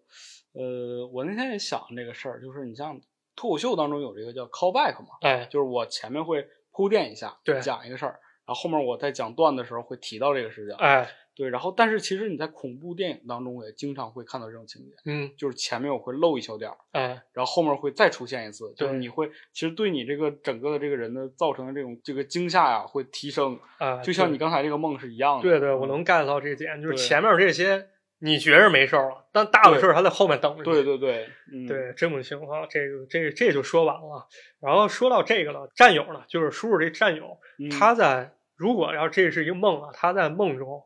Speaker 2: 呃，我那天也想这个事儿，就是你像脱口秀当中有这个叫 callback 嘛，
Speaker 1: 哎，
Speaker 2: 就是我前面会铺垫一下，
Speaker 1: 对
Speaker 2: 讲一个事儿，然后后面我在讲段的时候会提到这个事情，
Speaker 1: 哎，
Speaker 2: 对，然后但是其实你在恐怖电影当中也经常会看到这种情节，
Speaker 1: 嗯，
Speaker 2: 就是前面我会漏一小点儿，
Speaker 1: 哎，
Speaker 2: 然后后面会再出现一次，就是
Speaker 1: 对
Speaker 2: 你会其实对你这个整个的这个人的造成的这种这个惊吓呀、会提升，
Speaker 1: 啊，
Speaker 2: 就像你
Speaker 1: 对
Speaker 2: 刚才这个梦是一样的。
Speaker 1: 对对，我
Speaker 2: 嗯
Speaker 1: 能 get 到这点，就是
Speaker 2: 对
Speaker 1: 前面这些你觉着没事儿了，但大的
Speaker 2: 对
Speaker 1: 事儿还在后面等着你。
Speaker 2: 对对对，嗯，
Speaker 1: 对，这种情况，这个这这就说完了。然后说到这个了，战友呢，就是叔叔这战友，
Speaker 2: 嗯
Speaker 1: 他在如果要这是一个梦啊，他在梦中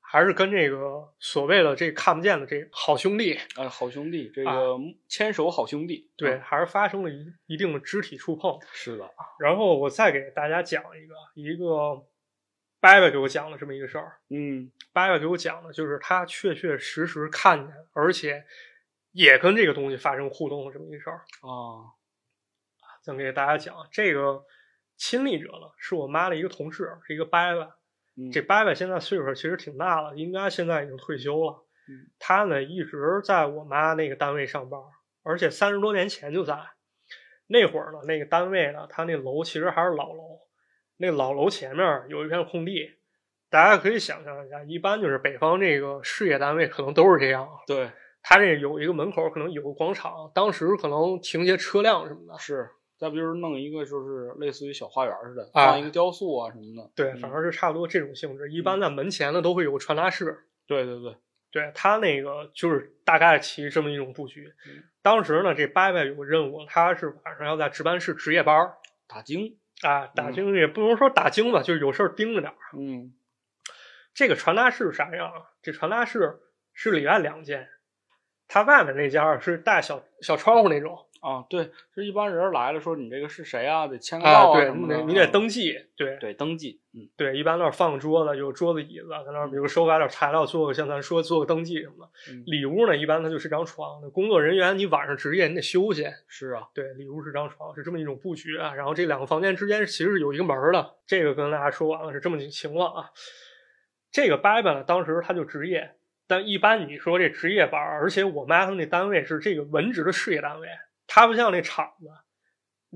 Speaker 1: 还是跟这个所谓的这看不见的这好兄弟，
Speaker 2: 呃，好兄弟，这
Speaker 1: 啊
Speaker 2: 个牵手好兄弟，
Speaker 1: 对，
Speaker 2: 嗯，
Speaker 1: 还是发生了一一定的肢体触碰。
Speaker 2: 是的，
Speaker 1: 然后我再给大家讲一个，一个伯伯给我讲了这么一个事儿。
Speaker 2: 嗯，
Speaker 1: 八月给我讲的就是他确确实实看见，而且也跟这个东西发生互动的这么一事儿。
Speaker 2: 啊，
Speaker 1: 咱们给大家讲这个亲历者呢，是我妈的一个同事，是一个伯伯。
Speaker 2: 嗯
Speaker 1: 这伯伯现在岁数其实挺大了，应该现在已经退休了
Speaker 2: 嗯。
Speaker 1: 他呢一直在我妈那个单位上班，而且三十多年前就在。那会儿呢，那个单位呢，他那楼其实还是老楼，那老楼前面有一片空地。大家可以想象一下，一般就是北方这个事业单位可能都是这样。
Speaker 2: 对，
Speaker 1: 他这有一个门口，可能有个广场，当时可能停些车辆什么的。
Speaker 2: 是，再不就是弄一个就是类似于小花园似的，
Speaker 1: 啊
Speaker 2: 放一个雕塑啊什么的，
Speaker 1: 对，
Speaker 2: 嗯
Speaker 1: 反正是差不多这种性质。一般在门前呢都会有个传达室，
Speaker 2: 对对对，
Speaker 1: 对他那个就是大概其这么一种布局。
Speaker 2: 嗯
Speaker 1: 当时呢，这伯伯有个任务，他是晚上要在值班室值夜班儿
Speaker 2: 打精，
Speaker 1: 啊，打更也不能说打更吧，就是有事儿盯着点儿。
Speaker 2: 嗯，
Speaker 1: 这个传达室是啥样啊？这传达室是里外两间，它外面那家是带小小窗户那种
Speaker 2: 啊，对，这一般人来了说你这个是谁啊，得签个到
Speaker 1: 啊，
Speaker 2: 啊
Speaker 1: 对，
Speaker 2: 什
Speaker 1: 你
Speaker 2: 么的
Speaker 1: 得你得
Speaker 2: 嗯
Speaker 1: 登记，对
Speaker 2: 对登记，嗯，
Speaker 1: 对，一般那儿放个桌子，有桌子椅子，在那儿比如收买点材料，做个像咱说做个登记什么的。
Speaker 2: 嗯
Speaker 1: 里屋呢，一般它就是张床的。工作人员你晚上值夜，你得休息。
Speaker 2: 是啊，
Speaker 1: 对，里屋是张床，是这么一种布局啊。然后这两个房间之间其实是有一个门儿的。这个跟大家说完了，是这么几情况啊。这个伯伯呢，当时他就值夜，但一般你说这值夜班儿，而且我妈他们那单位是这个文职的事业单位，他不像那厂子。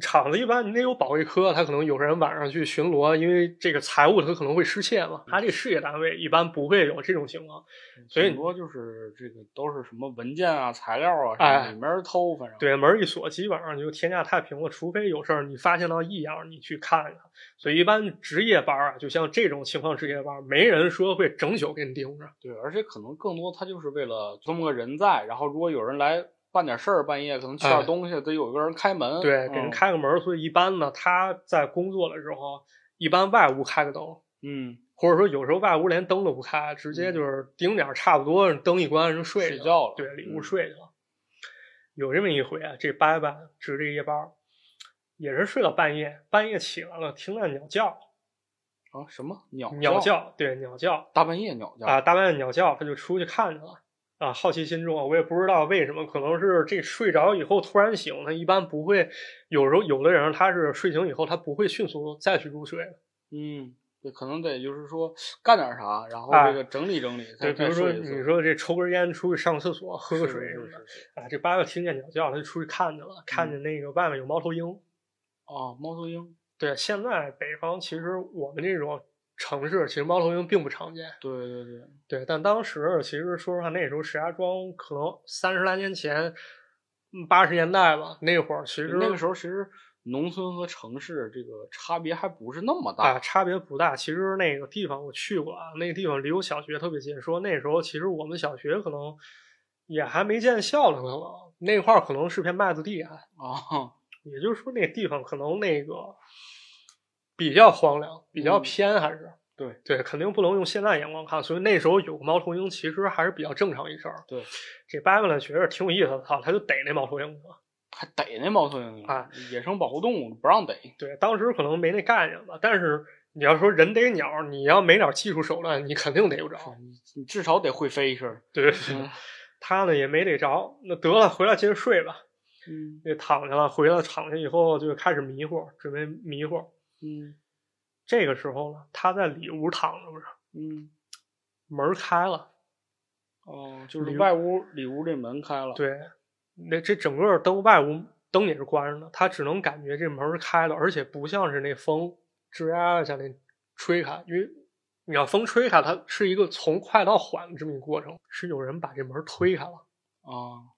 Speaker 1: 厂子一般你得有保卫科，他可能有人晚上去巡逻，因为这个财务他可能会失窃嘛。他这事业单位一般不会有这种情况，所以
Speaker 2: 很多就是这个都是什么文件啊、材料啊，
Speaker 1: 哎
Speaker 2: 什么的，没人偷，反正，
Speaker 1: 对，门儿一锁，基本上就天下太平了。除非有事儿你发现到异样，你去看看。所以一般值夜班儿啊，就像这种情况，值夜班儿没人说会整宿给你盯着。
Speaker 2: 对，而且可能更多他就是为了这么个人在，然后如果有人来办点事儿，半夜可能取
Speaker 1: 哎
Speaker 2: 点东西，得有一个人开门，
Speaker 1: 对，给人
Speaker 2: 嗯，
Speaker 1: 开个门儿。所以一般呢，他在工作的时候，一般外屋开个灯，
Speaker 2: 嗯，
Speaker 1: 或者说有时候外屋连灯都不开，直接就是顶点儿差不多，灯一关就睡
Speaker 2: 睡
Speaker 1: 去
Speaker 2: 觉了
Speaker 1: 对，里
Speaker 4: 嗯
Speaker 1: 屋睡去了。有这么一回啊，这八月班值这夜班儿，也是睡到半夜，半夜起来了，听到鸟叫，
Speaker 2: 啊，什么鸟
Speaker 1: 鸟，叫，对，鸟叫
Speaker 2: 大半夜鸟叫
Speaker 1: 啊，大半夜鸟叫，他就出去看去了。啊，好奇心重，我也不知道为什么，可能是这睡着以后突然醒，他一般不会，有时候有的人他是睡醒以后他不会迅速再去入睡，
Speaker 2: 嗯，对，可能得就是说干点啥，然后
Speaker 1: 啊
Speaker 2: 这个整理整理，
Speaker 1: 对，
Speaker 2: 再
Speaker 1: 比如说
Speaker 2: 再睡一次
Speaker 1: 你说这抽根烟出去上个厕所、喝个
Speaker 2: 是
Speaker 1: 水什么
Speaker 2: 是嗯
Speaker 1: 的
Speaker 2: 是是
Speaker 1: 啊，这八月听见鸟叫，他就出去看去了，看见那个外面有猫头鹰。
Speaker 2: 啊，猫头鹰，
Speaker 1: 对，现在北方其实我们这种城市，其实猫头鹰并不常见。
Speaker 2: 对对对，
Speaker 1: 对，但当时其实说实话，那时候石家庄可能三十来年前，嗯八十年代吧，那会儿其实
Speaker 2: 那个时候其实农村和城市这个差别还不是那么
Speaker 1: 啊，
Speaker 2: 大，
Speaker 1: 差别不大。其实那个地方我去过啊，那个地方离我小学特别近。说那时候其实我们小学可能也还没建校呢，可能那块儿可能是片麦子地啊。
Speaker 2: 啊，
Speaker 1: 也就是说，那地方可能那个比较荒凉，比较
Speaker 2: 嗯
Speaker 1: 偏，还是、
Speaker 2: 对
Speaker 1: 对，肯定不能用现在眼光看。所以那时候有个猫头鹰，其实还是比较正常一事儿。
Speaker 2: 对，
Speaker 1: 这巴巴呢觉着挺有意思的，操，他就逮那猫头鹰去了。
Speaker 2: 还逮那猫头鹰
Speaker 1: 啊，
Speaker 2: 野生保护动物不让逮，
Speaker 1: 对，当时可能没那概念吧，但是你要说人逮鸟，你要没点技术手段，你肯定逮不着。
Speaker 2: 是你你至少得会飞一声儿，
Speaker 1: 对， 他呢也没逮着，那得了，回来接着睡吧。
Speaker 2: 嗯
Speaker 1: 那躺下了，回来躺下以后就开始迷糊，准备迷糊。
Speaker 2: 嗯
Speaker 1: 这个时候呢，他在里屋躺着不是，
Speaker 2: 嗯，
Speaker 1: 门儿开了。
Speaker 2: 哦，就是
Speaker 1: 里屋
Speaker 2: 外屋里屋这门开了，，
Speaker 1: 对，那这整个灯外屋灯也是关着的，他只能感觉这门儿开了，而且不像是那风吱呀一下那吹开，因为你要风吹开，它是一个从快到缓的这么一个过程，是有人把这门儿推开了，
Speaker 2: 啊，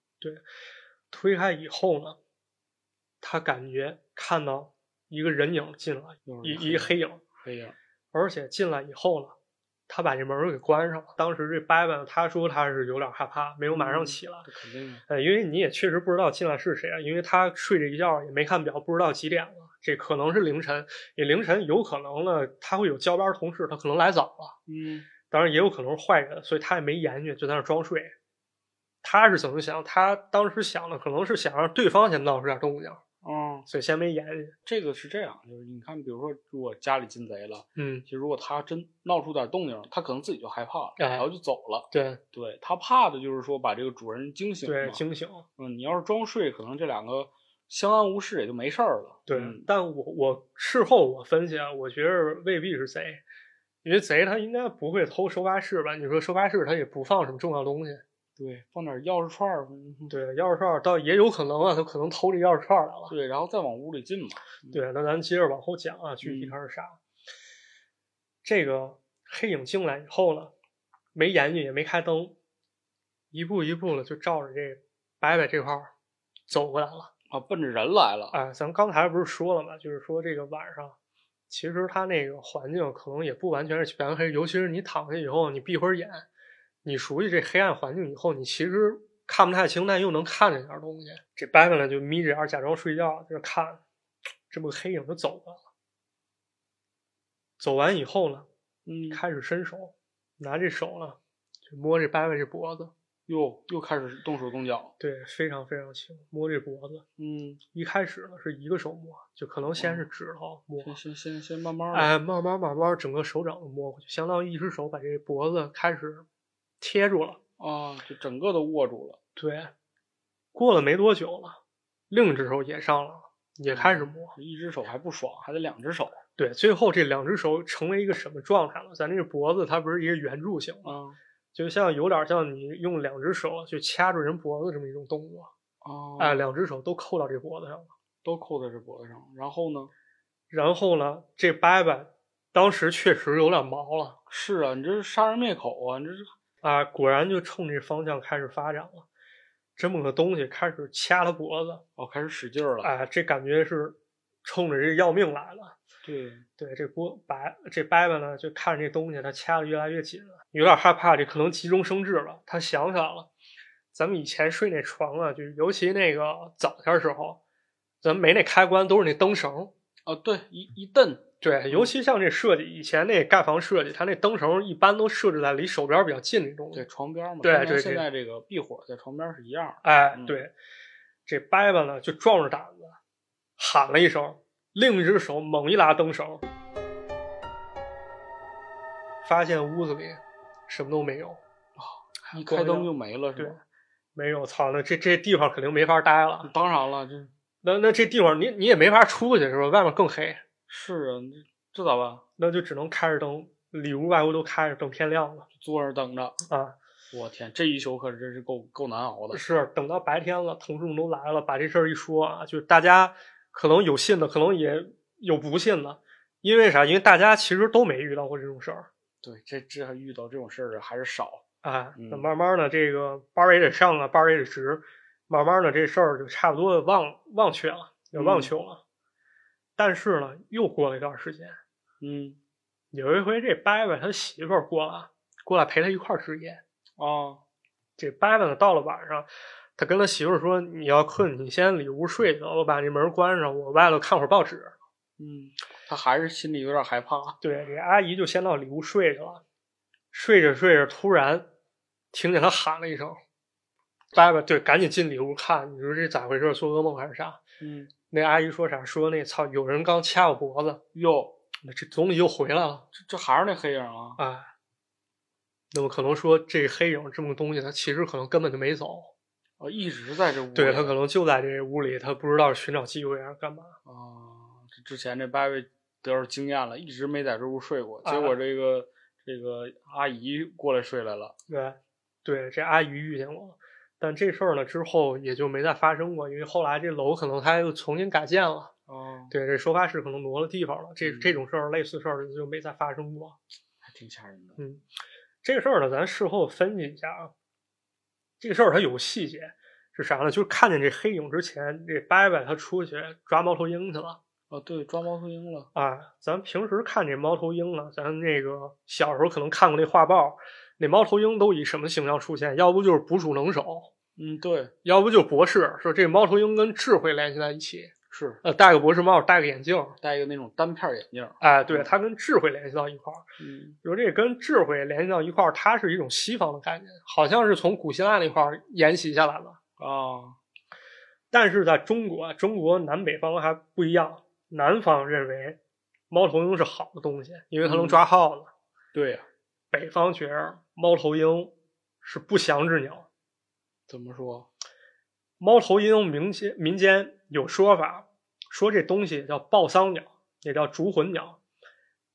Speaker 1: 推开以后呢，他感觉看到一个人影进来，
Speaker 2: 又是
Speaker 1: 一
Speaker 2: 一
Speaker 1: 一个哦黑影，
Speaker 2: 黑影，
Speaker 1: 而且进来以后呢。他把这门儿给关上了。当时这伯伯他说他是有点害怕，没有马上
Speaker 2: 嗯
Speaker 1: 起来。
Speaker 2: 这肯定的，
Speaker 1: 呃，因为你也确实不知道进来是谁啊，因为他睡这一觉也没看表，不知道几点了。这可能是凌晨，也凌晨有可能呢，他会有交班同事，他可能来早了，
Speaker 2: 嗯
Speaker 1: 当然也有可能是坏人，所以他也没言语，就在那儿装睡。他是怎么想？他当时想的可能是想让对方先闹出点动静，
Speaker 2: 哦。
Speaker 1: 所以先没言语。
Speaker 2: 这个是这样，就是你看，比如说，如果家里进贼了，
Speaker 1: 嗯，
Speaker 2: 其实如果他真闹出点动静，他可能自己就害怕了，
Speaker 1: 哎
Speaker 2: 然后就走了。
Speaker 1: 对
Speaker 2: 对他怕的就是说把这个主人惊醒
Speaker 1: 对，
Speaker 2: 嘛
Speaker 1: 惊醒。
Speaker 2: 嗯，你要是装睡，可能这两个相安无事也就没事儿了。
Speaker 1: 对，
Speaker 2: 嗯
Speaker 1: 但我我事后我分析啊，我觉着未必是贼，因为贼他应该不会偷收发室吧？你说收发室他也不放什么重要东西。
Speaker 2: 对，放点钥匙串儿，嗯
Speaker 1: 对，钥匙串儿倒也有可能啊，他可能偷这钥匙串儿来了。
Speaker 2: 对，然后再往屋里进嘛。
Speaker 1: 对，那咱接着往后讲啊，具体他是啥？这个黑影进来以后呢，没言语也没开灯，一步一步的就照着这白白这块儿走过来了。
Speaker 2: 啊，奔着人来了。
Speaker 1: 哎，咱刚才不是说了嘛，就是说这个晚上，其实它那个环境可能也不完全是全黑，尤其是你躺下以后，你闭会儿眼，你熟悉这黑暗环境以后，你其实看不太清，但又能看见点儿东西。这掰回来就眯着眼儿假装睡觉，就是看，这么个黑影就走过来了。走完以后呢，
Speaker 2: 嗯，
Speaker 1: 开始伸手，拿这手呢就摸这掰掰这脖子，
Speaker 2: 又又开始动手动脚。
Speaker 1: 对，非常非常轻，摸这脖子。
Speaker 2: 嗯，
Speaker 1: 一开始呢是一个手摸，就可能先是指头摸，
Speaker 2: 先先先先慢慢来。
Speaker 1: 哎，慢慢慢慢整个手掌都摸过去，相当于一只手把这脖子开始贴住了。
Speaker 2: 啊，就整个都握住了。
Speaker 1: 对，过了没多久了，另一只手也上来了，也开
Speaker 2: 嗯
Speaker 1: 始摸。
Speaker 2: 一只手还不爽，还得两只手。
Speaker 1: 对，最后这两只手成为一个什么状态了？咱这个脖子它不是一个圆柱形吗？
Speaker 2: 啊
Speaker 1: 就像有点像你用两只手去掐住人脖子这么一种动作。
Speaker 2: 啊，
Speaker 1: 哎，两只手都扣到这脖子上了。
Speaker 2: 都扣在这脖子上。然后呢？
Speaker 1: 然后呢，这伯伯当时确实有点毛了。
Speaker 2: 是啊，你这是杀人灭口啊！你这是
Speaker 1: 啊，果然就冲这方向开始发展了。这么个东西开始掐他脖子，
Speaker 2: 哦，开始使劲儿了。
Speaker 1: 啊，这感觉是冲着这要命来了。
Speaker 2: 对，
Speaker 1: 对，这波白这伯伯呢，就看着这东西，他掐的越来越紧了，有点害怕，这可能急中生智了。他想起来了，咱们以前睡那床啊，就是尤其那个早些时候，咱们没那开关，都是那灯绳。
Speaker 2: 啊，对，一一蹬，
Speaker 1: 对，尤其像这设计，以前那盖房设计，它那灯绳一般都设置在离手边比较近这种。
Speaker 2: 对，床边嘛，
Speaker 1: 嗯对
Speaker 2: 跟咱
Speaker 1: 对
Speaker 2: 现
Speaker 1: 对
Speaker 2: 在这个避火在床边是一样的。
Speaker 1: 哎
Speaker 2: 嗯，
Speaker 1: 对，这掰掰呢就壮着胆子喊了一声，另一只手猛一拉灯绳，发现屋子里什么都没有，
Speaker 2: 一开
Speaker 1: 光
Speaker 2: 灯
Speaker 1: 亮
Speaker 2: 就没了，是
Speaker 1: 哎对
Speaker 2: 吧？
Speaker 1: 没有，操，那这这地方肯定没法待了。
Speaker 2: 当然了，这
Speaker 1: 那那这地方你你也没法出去是吧？外面更黑，
Speaker 2: 是啊，这这咋办？
Speaker 1: 那就只能开着灯，里屋外屋都开着，等天亮了
Speaker 2: 坐那儿等着。
Speaker 1: 啊。
Speaker 2: 我天，这一宿可真是够够难熬的。
Speaker 1: 是等到白天了，同事们都来了，把这事儿一说啊，就是大家可能有信的，可能也有不信的，因为啥？因为大家其实都没遇到过这种事儿
Speaker 2: 对，这这还遇到这种事儿还是少。
Speaker 1: 啊。
Speaker 2: 嗯
Speaker 1: 那慢慢的，这个班儿也得上啊，班儿也得值，慢慢的这事儿就差不多忘忘却了，也忘却了。但是呢，又过了一段时间，
Speaker 2: 嗯
Speaker 1: 有一回这伯伯他媳妇儿过来，过来陪他一块儿值夜。
Speaker 2: 啊，
Speaker 1: 这掰掰呢，到了晚上，他跟他媳妇儿说：“你要困，你先里屋睡去，我把这门关上，我外头看会儿报纸。
Speaker 2: 嗯，他还是心里有点害怕”。
Speaker 1: 对，这阿姨就先到里屋睡去了。睡着睡着，突然听见他喊了一声，掰掰对，赶紧进里屋看，你说这咋回事？做噩梦还是啥？
Speaker 2: 嗯，
Speaker 1: 那阿姨说啥？说那操，有人刚掐我脖子，
Speaker 2: 哟，
Speaker 1: 这总理又回来了
Speaker 2: 这这还是那黑影啊。
Speaker 1: 啊、哎那么可能说这黑影这么个东西，它其实可能根本就没走，
Speaker 2: 啊，一直在这屋里。
Speaker 1: 对他可能就在这屋里，他不知道是寻找机会还是干嘛。
Speaker 2: 啊，这之前这八位得着经验了，一直没在这屋睡过，
Speaker 1: 啊
Speaker 2: 结果这个、这个阿姨过来睡来了。
Speaker 1: 对，对，这阿姨遇见过，但这事儿呢之后也就没再发生过，因为后来这楼可能它又重新改建了，
Speaker 2: 哦，
Speaker 1: 对，这收发室可能挪了地方了，这
Speaker 2: 嗯
Speaker 1: 这种事儿类似事儿就没再发生过。
Speaker 2: 还挺吓人的。
Speaker 1: 嗯，这个事儿呢，咱事后分析一下啊。这个事儿它有个细节是啥呢？就是看见这黑影之前，这伯伯他出去抓猫头鹰去了。
Speaker 2: 哦，对，抓猫头鹰了。
Speaker 1: 啊，咱平时看这猫头鹰呢，咱那个小时候可能看过那画报，那猫头鹰都以什么形象出现？要不就是捕鼠能手，
Speaker 2: 嗯，对，
Speaker 1: 要不就博士。说这猫头鹰跟智慧联系在一起，
Speaker 2: 是
Speaker 1: 呃，戴个博士帽，戴个眼镜，
Speaker 2: 戴一个那种单片眼镜。
Speaker 1: 哎，对，它跟智慧联系到一块儿。
Speaker 2: 嗯，
Speaker 1: 说这跟智慧联系到一块儿，它是一种西方的概念，好像是从古希腊那块儿沿袭下来的。
Speaker 2: 啊，
Speaker 1: 但是在中国，啊中国南北方还不一样，南方认为猫头鹰是好的东西，因为它能
Speaker 2: 嗯
Speaker 1: 抓耗子。
Speaker 2: 对呀、
Speaker 1: 北方觉着猫头鹰是不祥之鸟。
Speaker 2: 怎么说？
Speaker 1: 猫头鹰民间民间有说法，说这东西叫报丧鸟，也叫逐魂鸟。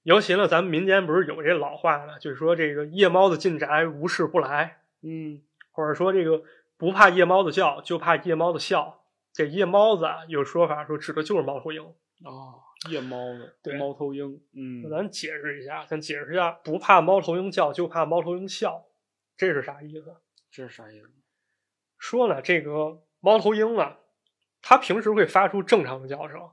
Speaker 1: 尤其呢，咱们民间不是有这老话呢，就是说这个夜猫子进宅无事不来，
Speaker 2: 嗯，
Speaker 1: 或者说这个不怕夜猫子叫，就怕夜猫子笑。这夜猫子啊，有说法说指的就是猫头鹰。
Speaker 2: 哦，夜猫子，
Speaker 1: 对
Speaker 2: 猫头鹰。
Speaker 1: 那
Speaker 2: 嗯，
Speaker 1: 咱解释一下，咱解释一下，不怕猫头鹰叫，就怕猫头鹰笑，这是啥意思？
Speaker 2: 这是啥意思？
Speaker 1: 说呢，这个猫头鹰啊，它平时会发出正常的叫声，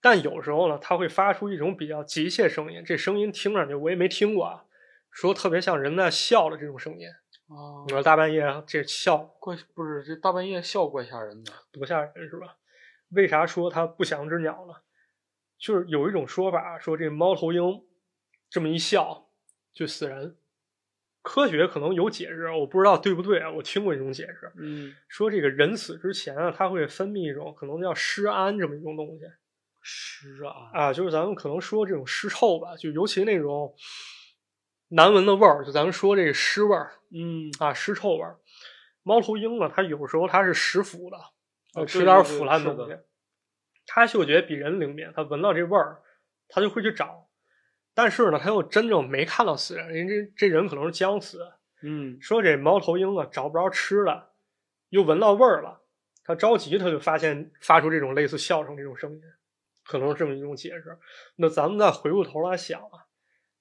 Speaker 1: 但有时候呢，它会发出一种比较急切声音，这声音听上去我也没听过啊，说特别像人在笑的这种声音。
Speaker 2: 啊
Speaker 1: 你，说大半夜啊这笑
Speaker 2: 怪不是这大半夜笑怪吓人的。
Speaker 1: 多吓人是吧？为啥说它不祥之鸟呢？就是有一种说法啊说这猫头鹰这么一笑就死人，科学可能有解释，我不知道对不对啊，我听过一种解释，
Speaker 2: 嗯，
Speaker 1: 说这个人死之前啊，它会分泌一种可能叫尸胺这么一种东西
Speaker 2: 是啊，
Speaker 1: 啊，就是咱们可能说这种尸臭吧，就尤其那种难闻的味儿，就咱们说这个尸味儿
Speaker 2: 嗯，
Speaker 1: 啊，尸臭味儿。猫头鹰呢，它有时候它是食腐的，呃
Speaker 2: 哦
Speaker 1: 吃
Speaker 2: 对
Speaker 1: 点
Speaker 2: 对
Speaker 1: 儿
Speaker 2: 对
Speaker 1: 腐烂
Speaker 2: 是
Speaker 1: 东
Speaker 2: 的
Speaker 1: 西，它嗅觉比人灵敏，它闻到这味儿，它就会去找。但是呢，它又真正没看到死人，人这这人可能是将死，
Speaker 2: 嗯，
Speaker 1: 说这猫头鹰啊找不着吃的，又闻到味儿了，它着急，它就发现发出这种类似笑声这种声音，可能是这么一种解释。那咱们再回过头来想啊，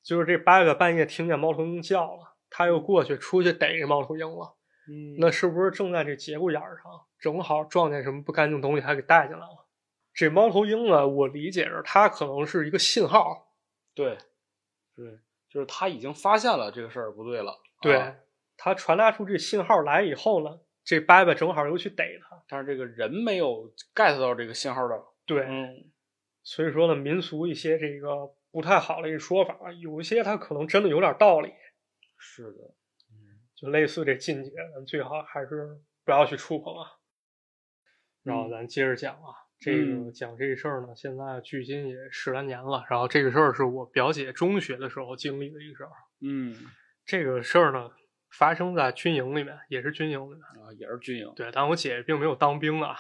Speaker 1: 就是这八月半夜听见猫头鹰叫了，他又过去出去逮这猫头鹰了，
Speaker 2: 嗯，
Speaker 1: 那是不是正在这节骨眼儿上，正好撞见什么不干净东西，还给带进来了？这猫头鹰呢，我理解着它可能是一个信号，
Speaker 2: 对，对，就是他已经发现了这个事儿不对了，
Speaker 1: 对、
Speaker 2: 啊
Speaker 1: 它传达出这信号来以后呢，这伯伯正好又去逮它，
Speaker 2: 但是这个人没有 get 到这个信号的，
Speaker 1: 对，
Speaker 2: 嗯，
Speaker 1: 所以说呢，民俗一些这个不太好的一个说法，有一些它可能真的有点道理，
Speaker 2: 是的，嗯，
Speaker 1: 就类似这禁忌，咱最好还是不要去触碰啊。然后咱接着讲啊，这个
Speaker 2: 嗯
Speaker 1: 讲这事儿呢，现在距今也十来年了。然后这个事儿是我表姐中学的时候经历的一个事儿。
Speaker 2: 嗯
Speaker 1: 这个事儿呢，发生在军营里面，也是军营里面。
Speaker 2: 啊，也是军营，
Speaker 1: 对，但我姐姐并没有当兵啊。
Speaker 2: 啊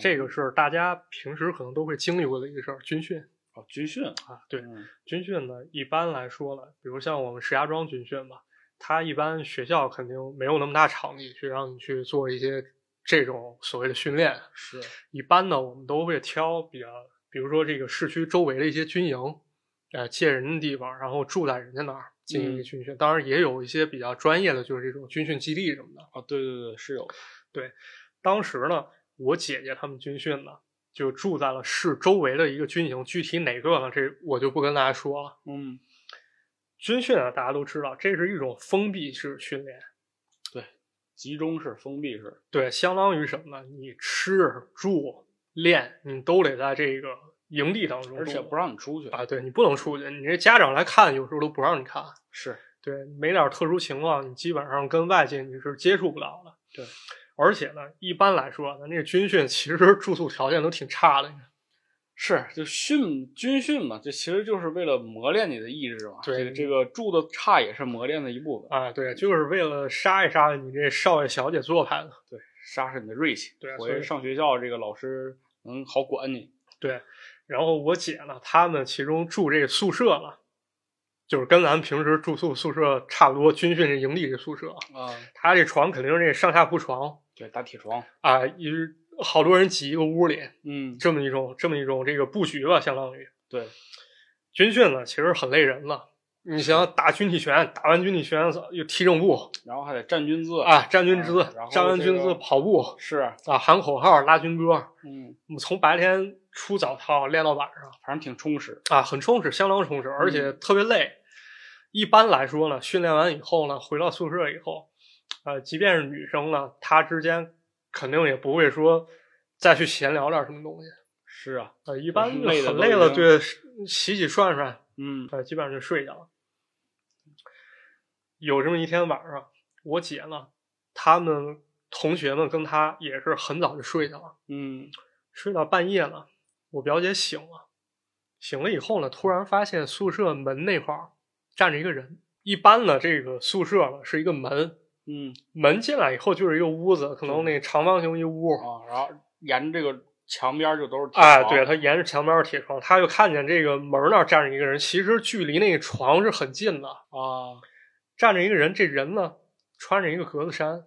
Speaker 1: 这个是大家平时可能都会经历过的一个事儿，军训
Speaker 2: 哦军训，
Speaker 1: 啊。对，
Speaker 2: 嗯
Speaker 1: 军训呢，一般来说呢，比如像我们石家庄军训吧，它一般学校肯定没有那么大场地去让你去做一些这种所谓的训练。
Speaker 2: 是，
Speaker 1: 一般呢，我们都会挑比较，比如说这个市区周围的一些军营，呃，借人的地方，然后住在人家那儿进行一个
Speaker 2: 嗯
Speaker 1: 军训。当然，也有一些比较专业的，就是这种军训基地什么的。
Speaker 2: 啊，对对对，是有的，
Speaker 1: 当时呢，我姐姐他们军训呢，就住在了市周围的一个军营，具体哪个呢？这我就不跟大家说了。
Speaker 2: 嗯，
Speaker 1: 军训啊，大家都知道，这是一种封闭式训练，
Speaker 2: 集中式、封闭式，
Speaker 1: 对，相当于什么呢？你吃住练，你都得在这个营地当中度过，
Speaker 2: 而且不让你出去，
Speaker 1: 啊，对你不能出去，你这家长来看，有时候都不让你看。
Speaker 2: 是，
Speaker 1: 对，没点儿特殊情况，你基本上跟外界你是接触不了的。
Speaker 2: 对，
Speaker 1: 而且呢，一般来说，咱这个军训其实住宿条件都挺差的。
Speaker 2: 是，就训军训嘛，这其实就是为了磨练你的意志嘛。
Speaker 1: 对
Speaker 2: 这个这个住的差也是磨练的一部分，
Speaker 1: 啊，对，就是为了杀一杀你这少爷小姐做派的。
Speaker 2: 杀伤你的锐气。
Speaker 1: 对啊
Speaker 2: 我
Speaker 1: 所以
Speaker 2: 觉得上学校这个老师能好管你。
Speaker 1: 然后我姐呢，她们其中住这个宿舍呢，就是跟咱们平时住宿宿舍差不多，军训这营地这宿舍，
Speaker 2: 啊、
Speaker 1: 她这床肯定是这上下铺床
Speaker 2: 对，打铁床。
Speaker 1: 啊，一好多人挤一个屋里，
Speaker 2: 嗯，
Speaker 1: 这么一种这么一种这个布局吧，相当于。
Speaker 2: 对，
Speaker 1: 军训呢，其实很累人了。你想打军体拳，打完军体拳操又踢正步
Speaker 2: 然后还得站军姿。
Speaker 1: 啊，站军姿
Speaker 2: 啊然，后
Speaker 1: 站完
Speaker 2: 这
Speaker 1: 军姿
Speaker 2: 个
Speaker 1: 跑步
Speaker 2: 是，
Speaker 1: 啊，喊口号，拉军歌。
Speaker 2: 嗯，
Speaker 1: 我们从白天出早操练到晚上
Speaker 2: 反正挺充实。
Speaker 1: 啊，很充实，相当充实，而
Speaker 2: 嗯
Speaker 1: 且特别累。一般来说呢，训练完以后呢，回到宿舍以后，呃，即便是女生呢，她之间肯定也不会说再去闲聊点什么东西。
Speaker 2: 是啊，
Speaker 1: 呃，一般就
Speaker 2: 累的
Speaker 1: 很
Speaker 2: 都
Speaker 1: 累
Speaker 2: 已
Speaker 1: 了，
Speaker 2: 经
Speaker 1: 对，洗洗涮涮，
Speaker 2: 嗯
Speaker 1: 呃，基本上就睡去了。有这么一天晚上，我姐呢，她们同学们跟她也是很早就睡去了，
Speaker 2: 嗯，
Speaker 1: 睡到半夜呢，我表姐醒了，醒了以后呢，突然发现宿舍门那块儿站着一个人。一般呢，这个宿舍呢是一个门，
Speaker 2: 嗯
Speaker 1: 门进来以后就是一个屋子，可能那长方形一屋。
Speaker 2: 啊，然后沿着这个墙边就都是铁
Speaker 1: 哎，
Speaker 2: 床
Speaker 1: 对，他沿着墙边儿铁窗，他就看见这个门儿那儿站着一个人，其实距离那个床是很近的，
Speaker 2: 啊，
Speaker 1: 站着一个人，这人呢穿着一个格子衫，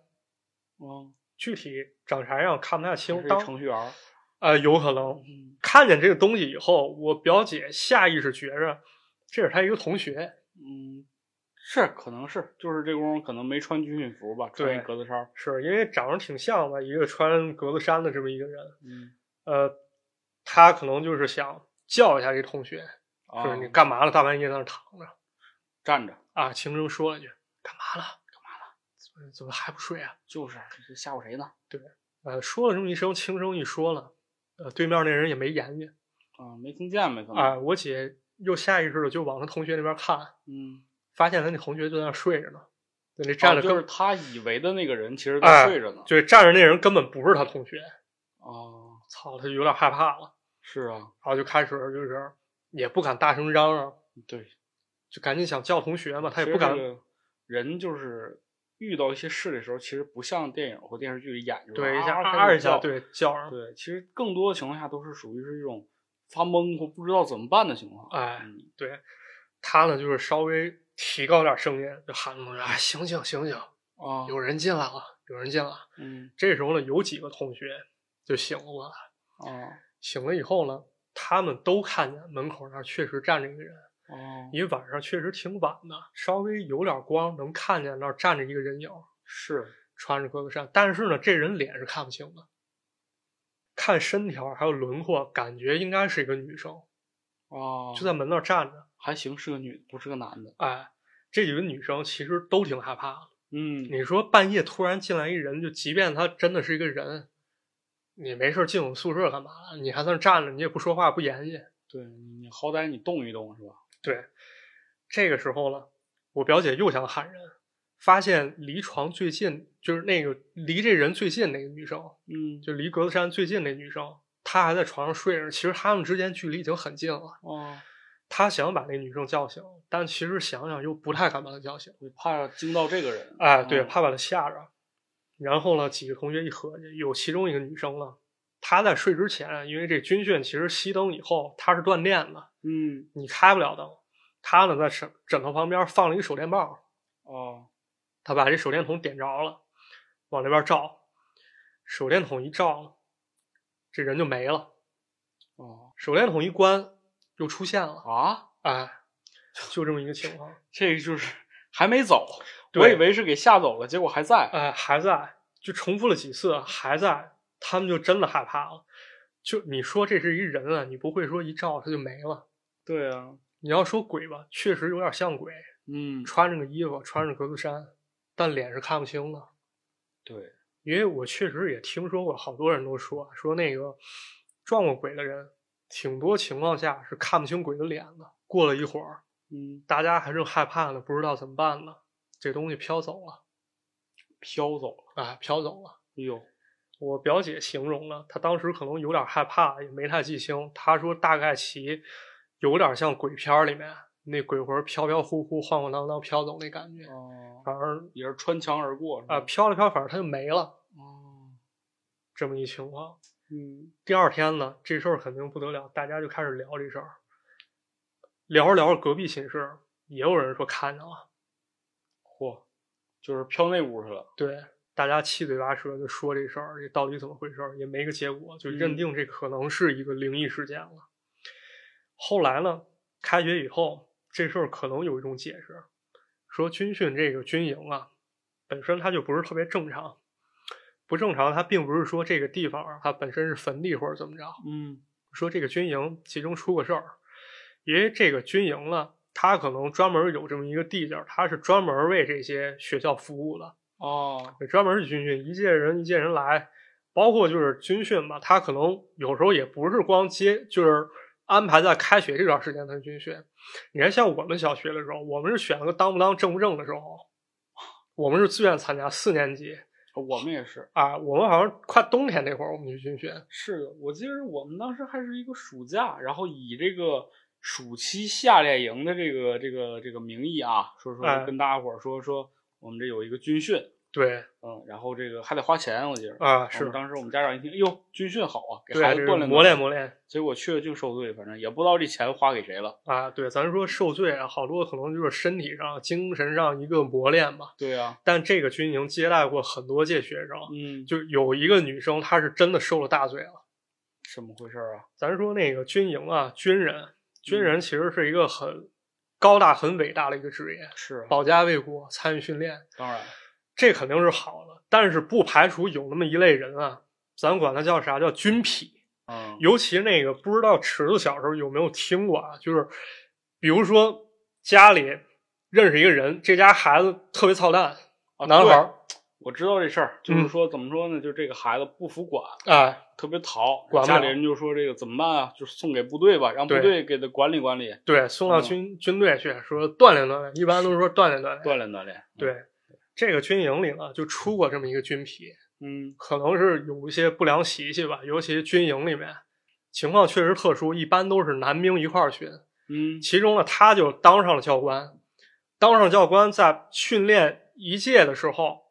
Speaker 2: 嗯，
Speaker 1: 具体长啥样看不太
Speaker 2: 他
Speaker 1: 清。
Speaker 2: 是一
Speaker 1: 当
Speaker 2: 程序员儿。
Speaker 1: 呃有可能
Speaker 2: 嗯
Speaker 1: 看见这个东西以后，我表姐下意识觉着这是她一个同学，
Speaker 2: 嗯，是，可能是，就是这功夫可能没穿军训服吧，穿一
Speaker 1: 对
Speaker 2: 格子衫儿。
Speaker 1: 是因为长得挺像的，一个穿格子衫的这么一个人。
Speaker 2: 嗯，
Speaker 1: 呃，她可能就是想叫一下这同学，
Speaker 2: 啊
Speaker 1: 就是你干嘛呢？大半夜在那儿躺着
Speaker 2: 站着，
Speaker 1: 啊？轻声说了一句：“干嘛了？干嘛了？怎么怎么还不睡啊
Speaker 2: 就是这吓唬谁呢？？”
Speaker 1: 呃，说了这么一声，轻声一说了，呃，对面那人也没言语。
Speaker 2: 啊，没听见呗，可能。
Speaker 1: 啊、我姐又下意识的就往她同学那边看，
Speaker 2: 嗯，
Speaker 1: 发现她那同学就在那儿睡着呢，对，那站
Speaker 2: 站
Speaker 1: 着
Speaker 2: 着
Speaker 1: 根、
Speaker 2: 哦就是他以为的那个人，其实
Speaker 1: 哎
Speaker 2: 在睡着呢。
Speaker 1: 就是站着那人根本不是她同学，
Speaker 2: 哦，
Speaker 1: 操，她就有点害怕了，
Speaker 2: 是啊，
Speaker 1: 然后就开始就是也不敢大声嚷嚷，
Speaker 2: 对，
Speaker 1: 就赶紧想叫同学嘛，她
Speaker 2: 其
Speaker 1: 也
Speaker 2: 实
Speaker 1: 不敢，
Speaker 2: 这个人就是遇到一些事的时候，其实不像电影或电视剧里演，
Speaker 1: 对一下
Speaker 2: 啊
Speaker 1: 啊一下，
Speaker 2: 对
Speaker 1: 对叫上，
Speaker 2: 对，其实更多的情况下都是属于是一种发懵或不知道怎么办的情况。
Speaker 1: 哎，
Speaker 2: 嗯
Speaker 1: 对，她呢就是稍微提高点声音，就喊同学，哎，醒醒醒醒，
Speaker 2: 啊，
Speaker 1: 有人进来了，有人进来了。
Speaker 2: 嗯
Speaker 1: 这时候呢，有几个同学就醒了过来。
Speaker 2: 啊
Speaker 1: 醒了以后呢，他们都看见门口那儿确实站着一个人，
Speaker 2: 哦，
Speaker 1: 因为晚上确实挺晚的，稍微有点光能看见那儿站着一个人影，
Speaker 2: 是
Speaker 1: 穿着格子衫，但是呢，这人脸是看不清的，看身条还有轮廓，感觉应该是一个女生，
Speaker 2: 啊，
Speaker 1: 就在门那儿站着。
Speaker 2: 还行，是个女的，不是个男的。
Speaker 1: 哎，这几个女生其实都挺害怕的。
Speaker 2: 嗯，
Speaker 1: 你说半夜突然进来一人，就即便他真的是一个人，你没事儿进我们宿舍干嘛？你还在那儿站着，你也不说话不言语。
Speaker 2: 对你，你好歹你动一动是吧？
Speaker 1: 对，这个时候呢，我表姐又想喊人，发现离床最近就是那个离这人最近那个女生，
Speaker 2: 嗯，
Speaker 1: 就离格子衫最近那女生，她还在床上睡着。其实他们之间距离已经很近了。
Speaker 2: 哦，
Speaker 1: 他想把那女生叫醒，但其实想想又不太敢把她叫醒。
Speaker 2: 我怕惊到这个人。
Speaker 1: 哎，对，
Speaker 2: 嗯
Speaker 1: 怕把她吓着。然后呢，几个同学一合计，有其中一个女生呢，她在睡之前，因为这军训其实熄灯以后她是断电的，
Speaker 2: 嗯，
Speaker 1: 你开不了灯。她呢在枕枕头旁边放了一手电棒，
Speaker 2: 哦，
Speaker 1: 他把这手电筒点着了，往那边照，手电筒一照，这人就没了。
Speaker 2: 哦，
Speaker 1: 手电筒一关，又出现了，
Speaker 2: 啊，
Speaker 1: 哎，就这么一个情况，
Speaker 2: 这个就是还没走，
Speaker 1: 对
Speaker 2: 我以为是给吓走了，结果还在。
Speaker 1: 哎，还在，就重复了几次，还在，他们就真的害怕了。就你说这是一人啊，你不会说一照他就没了。
Speaker 2: 对啊，
Speaker 1: 你要说鬼吧，确实有点像鬼，
Speaker 2: 嗯，
Speaker 1: 穿着个衣服，穿着格子衫，但脸是看不清的。
Speaker 2: 对，
Speaker 1: 因为我确实也听说过，好多人都说说那个撞过鬼的人，挺多情况下是看不清鬼的脸的。过了一会儿，
Speaker 2: 嗯，
Speaker 1: 大家还是害怕呢，不知道怎么办呢，这东西飘走了，
Speaker 2: 飘走了。
Speaker 1: 啊，飘走了。
Speaker 2: 哎呦，
Speaker 1: 我表姐形容了，她当时可能有点害怕，也没太记清。她说大概其有点像鬼片儿里面那鬼魂飘飘忽忽、晃晃荡荡飘走那感觉，
Speaker 2: 哦，
Speaker 1: 反而
Speaker 2: 也是穿墙而过是吧
Speaker 1: 啊、飘了飘，反正它就没了，
Speaker 2: 哦，
Speaker 1: 这么一情况。
Speaker 2: 嗯，
Speaker 1: 第二天呢，这事儿肯定不得了，大家就开始聊这事儿。聊着聊着，隔壁寝室也有人说看着了，
Speaker 2: 嚯，就是飘那屋去了。
Speaker 1: 对，大家七嘴八舌就说这事儿，这到底怎么回事儿，也没个结果，就认定这可能是一个灵异事件了。后来呢，开学以后，这事儿可能有一种解释，说军训这个军营啊，本身它就不是特别正常，不正常，它并不是说这个地方啊它本身是坟地或者怎么着，
Speaker 2: 嗯，
Speaker 1: 说这个军营其中出过事儿，因为这个军营呢，它可能专门有这么一个地界儿，它是专门为这些学校服务的，
Speaker 2: 哦，
Speaker 1: 也专门是军训，一届人一届人来，包括就是军训嘛，它可能有时候也不是光接，就是安排在开学这段时间才军训。你看，像我们小学的时候，我们是选了个当不当正不正的时候，我们是自愿参加四年级
Speaker 2: 我们也是。
Speaker 1: 啊，我们好像快冬天那会儿我们去军训，
Speaker 2: 是的，我记得我们当时还是一个暑假，然后以这个暑期夏令营的这个这个这个名义啊，说说
Speaker 1: 哎
Speaker 2: 跟大家伙儿说说我们这有一个军训，
Speaker 1: 对
Speaker 2: 嗯，然后这个还得花钱，我记得。
Speaker 1: 啊
Speaker 2: 我
Speaker 1: 是
Speaker 2: 哦们。当时我们家长一听，哎呦，军训好啊，给
Speaker 1: 对，
Speaker 2: 孩
Speaker 1: 这
Speaker 2: 子
Speaker 1: 是
Speaker 2: 锻炼
Speaker 1: 磨
Speaker 2: 锻
Speaker 1: 练磨练，
Speaker 2: 结果去了净受罪，反正也不知道这钱花给谁了。
Speaker 1: 啊，对，咱说受罪啊，好多可能就是身体上、精神上一个磨练吧。
Speaker 2: 对啊，
Speaker 1: 但这个军营接待过很多届学生，
Speaker 2: 嗯，
Speaker 1: 就有一个女生，她是真的受了大罪了。
Speaker 2: 怎么回事儿啊？
Speaker 1: 咱说那个军营啊，军人，军人其实是一个很高大、很伟大的一个职业，
Speaker 2: 是啊，
Speaker 1: 保家卫国，参与训练，
Speaker 2: 当然，
Speaker 1: 这肯定是好的。但是不排除有那么一类人啊，咱管他叫啥，叫军痞。
Speaker 2: 嗯，
Speaker 1: 尤其那个不知道池子小时候有没有听过啊，就是比如说家里认识一个人，这家孩子特别操蛋，
Speaker 2: 啊
Speaker 1: 男孩儿，
Speaker 2: 我知道这事儿，就是
Speaker 1: 嗯
Speaker 2: 说怎么说呢，就这个孩子不服管，
Speaker 1: 哎，
Speaker 2: 特别淘，
Speaker 1: 管不
Speaker 2: 家
Speaker 1: 了
Speaker 2: 里人就说这个怎么办啊？就送给部队吧，让部
Speaker 1: 对
Speaker 2: 队给他管理管理，
Speaker 1: 对，送到
Speaker 2: 嗯
Speaker 1: 军、军队去说锻炼锻炼，一般都说锻炼锻炼。
Speaker 2: 锻炼锻炼。，
Speaker 1: 对，这个军营里呢，就出过这么一个军痞，
Speaker 2: 嗯，
Speaker 1: 可能是有一些不良习气吧，尤其军营里面情况确实特殊，一般都是男兵一块儿训，
Speaker 2: 嗯，
Speaker 1: 其中呢，他就当上了教官。当上教官，在训练一届的时候，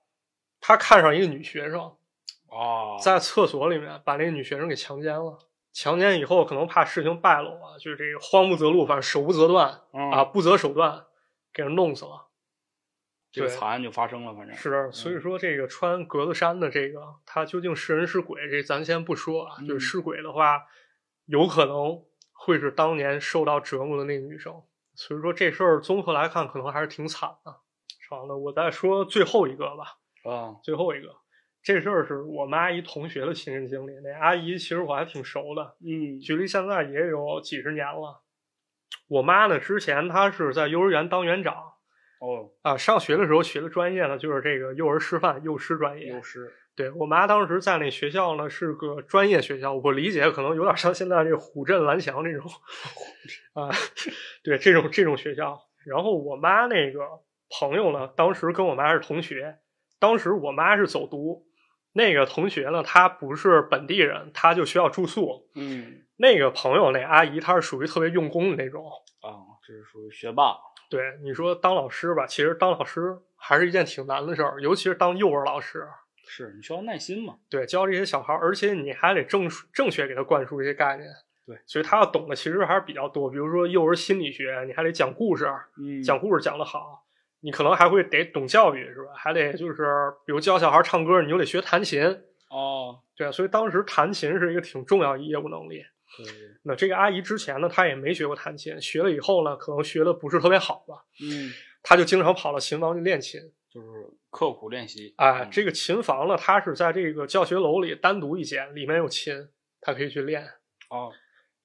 Speaker 1: 他看上一个女学生，
Speaker 2: 哦，
Speaker 1: 在厕所里面把那个女学生给强奸了。强奸以后，可能怕事情败露啊，就是这个慌不择路，反正手不择断
Speaker 2: 嗯
Speaker 1: 啊，，不择手段，给人弄死了。
Speaker 2: 这个
Speaker 1: 对
Speaker 2: 惨案就发生了，反正
Speaker 1: 是，啊所以说这个穿格子衫的这个，他究竟是人是鬼，这咱先不说啊。就
Speaker 2: 嗯
Speaker 1: 是是鬼的话，有可能会是当年受到折磨的那个女生。所以说这事儿综合来看，可能还是挺惨的。好了，我再说最后一个吧，
Speaker 2: 啊，
Speaker 1: 最后一个，这事儿是我们阿姨同学的亲身经历。那阿姨其实我还挺熟的，
Speaker 2: 嗯，
Speaker 1: 距离现在也有几十年了。我妈呢，之前她是在幼儿园当园长，
Speaker 2: 哦，
Speaker 1: 啊，上学的时候学的专业呢，就是这个幼儿师范幼师专业
Speaker 2: 幼。师，
Speaker 1: 对我妈当时在那学校呢是个专业学校，我理解可能有点像现在这虎镇蓝翔这种啊，对这种这种学校。然后我妈那个朋友呢，当时跟我妈是同学，当时我妈是走读，那个同学呢他不是本地人，他就需要住宿。
Speaker 2: 嗯，
Speaker 1: 那个朋友那阿姨她是属于特别用功的那种，
Speaker 2: 啊，这是属于学霸，
Speaker 1: 对，你说当老师吧，其实当老师还是一件挺难的事儿，尤其是当幼儿老师。
Speaker 2: 是你需要耐心嘛？
Speaker 1: 对，教这些小孩儿，而且你还得正正确给他灌输一些概念。
Speaker 2: 对，
Speaker 1: 所以他要懂的其实还是比较多，比如说幼儿心理学，你还得讲故事，
Speaker 2: 嗯，
Speaker 1: 讲故事讲得好，你可能还会得懂教育，是吧？还得就是，比如教小孩儿唱歌，你就得学弹琴。
Speaker 2: 哦，
Speaker 1: 对啊，所以当时弹琴是一个挺重要的业务能力。
Speaker 2: 对，
Speaker 1: 那这个阿姨之前呢，她也没学过弹琴，学了以后呢，可能学的不是特别好吧，
Speaker 2: 嗯，
Speaker 1: 她就经常跑到琴房去练琴。
Speaker 2: 就是刻苦练习
Speaker 1: 啊，
Speaker 2: 嗯
Speaker 1: 这个琴房呢，它是在这个教学楼里单独一间，里面有琴，她可以去练。
Speaker 2: 哦，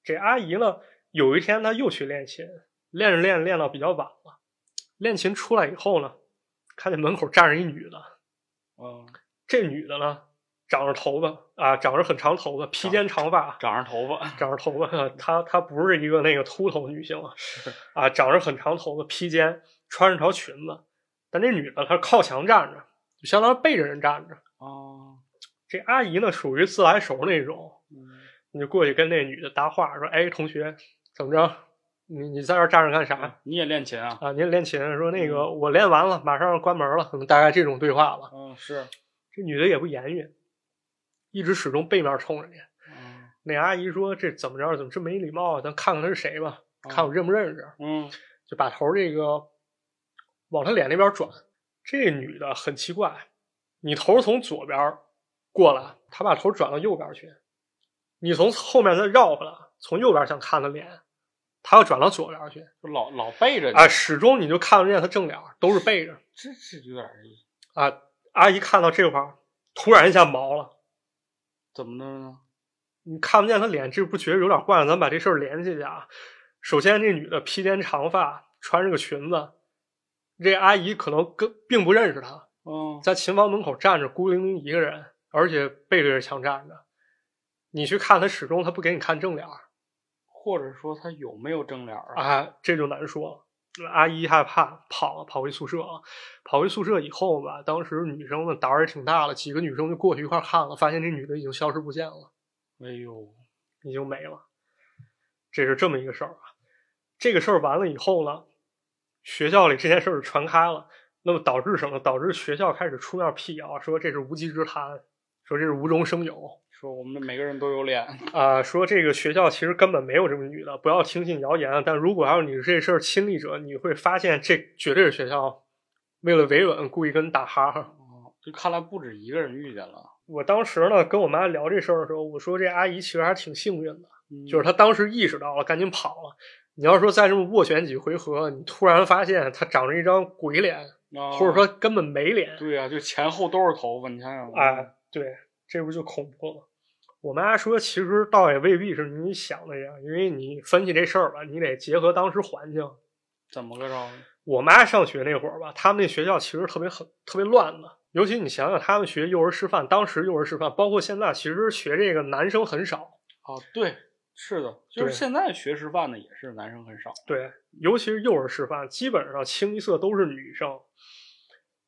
Speaker 1: 这阿姨呢，有一天她又去练琴，练着练着练到比较晚了，练琴出来以后呢，看见门口站着一女的，
Speaker 2: 嗯，
Speaker 1: 这女的呢，长着头发啊，长着很长头发，披肩长发，
Speaker 2: 长上头发，
Speaker 1: 长着头发， 她她不是一个那个秃头女性啊， 啊，长着很长头发，披肩，穿着条裙子，但这女的她是靠墙站着，就相当于背着人站着。
Speaker 2: 哦，
Speaker 1: 这阿姨呢属于自来熟那种，
Speaker 2: 嗯
Speaker 1: 你就过去跟那女的搭话，说：“哎，同学，怎么着？你你在这儿站着干啥
Speaker 2: 啊你也练琴啊？
Speaker 1: 啊？您练琴？说那个我练完了，马上关门了，可能大概这种对话吧。
Speaker 2: 嗯，是，”
Speaker 1: 这女的也不言语，一直始终背面冲人家。
Speaker 2: 嗯
Speaker 1: 那阿姨说：“这怎么着？怎么这么没礼貌啊？咱看看他是谁吧，看我认不认识。
Speaker 2: 嗯，
Speaker 1: 就把头这个往他脸那边转。这女的很奇怪，你头从左边过来，她把头转到右边去；你从后面再绕回来，从右边想看她脸，她要转到左边去。
Speaker 2: 就老老背着你，
Speaker 1: 啊，始终你就看不见她正脸，都是背着。
Speaker 2: 这这有点儿
Speaker 1: 啊，阿姨看到这块儿，突然一下毛了。
Speaker 2: 怎么的呢？
Speaker 1: 你看不见她脸，这不觉得有点怪吗？咱把这事儿联系一下啊。首先，这女的披肩长发，穿着个裙子，这阿姨可能跟并不认识她，
Speaker 2: 嗯，
Speaker 1: 在琴房门口站着，孤零零一个人，而且背对着墙站着。你去看他，始终他不给你看正脸儿
Speaker 2: 或者说他有没有正脸儿？
Speaker 1: 啊，这就难说了。阿姨害怕，跑了，跑回宿舍了。跑回宿舍以后吧，当时女生们胆儿也挺大了，几个女生就过去一块儿看了，发现这女的已经消失不见了，
Speaker 2: 哎呦，
Speaker 1: 已经没了。这是这么一个事儿啊。这个事儿完了以后呢，学校里这件事儿传开了，那么导致什么？导致学校开始出面辟谣，说这是无稽之谈，说这是无中生有。
Speaker 2: 说我们每个人都有脸，
Speaker 1: 啊、说这个学校其实根本没有这么女的，不要听信谣言。但如果要是你是这事儿亲历者，你会发现这绝对是学校为了维稳故意跟你打哈哈。
Speaker 2: 哦，这看来不止一个人遇见了，
Speaker 1: 我当时呢跟我妈聊这事儿的时候，我说这阿姨其实还挺幸运的，
Speaker 2: 嗯
Speaker 1: 就是她当时意识到了，赶紧跑了。你要说再这么斡旋几回合，你突然发现她长着一张鬼脸，
Speaker 2: 啊
Speaker 1: 或者说根本没脸，
Speaker 2: 对呀、就前后都是头发，你想想
Speaker 1: 啊，，对，这不就恐怖了？我妈说，其实倒也未必是你想的这样，因为你分析这事儿吧，你得结合当时环境。
Speaker 2: 怎么个着？
Speaker 1: 我妈上学那会儿吧，他们那学校其实特别很特别乱的，尤其你想想，他们学幼儿师范，当时幼儿师范，包括现在，其实学这个男生很少，
Speaker 2: 啊，对，是的，就是
Speaker 1: 对
Speaker 2: 现在学师范的也是男生很少，
Speaker 1: 对，尤其是幼儿师范，基本上清一色都是女生。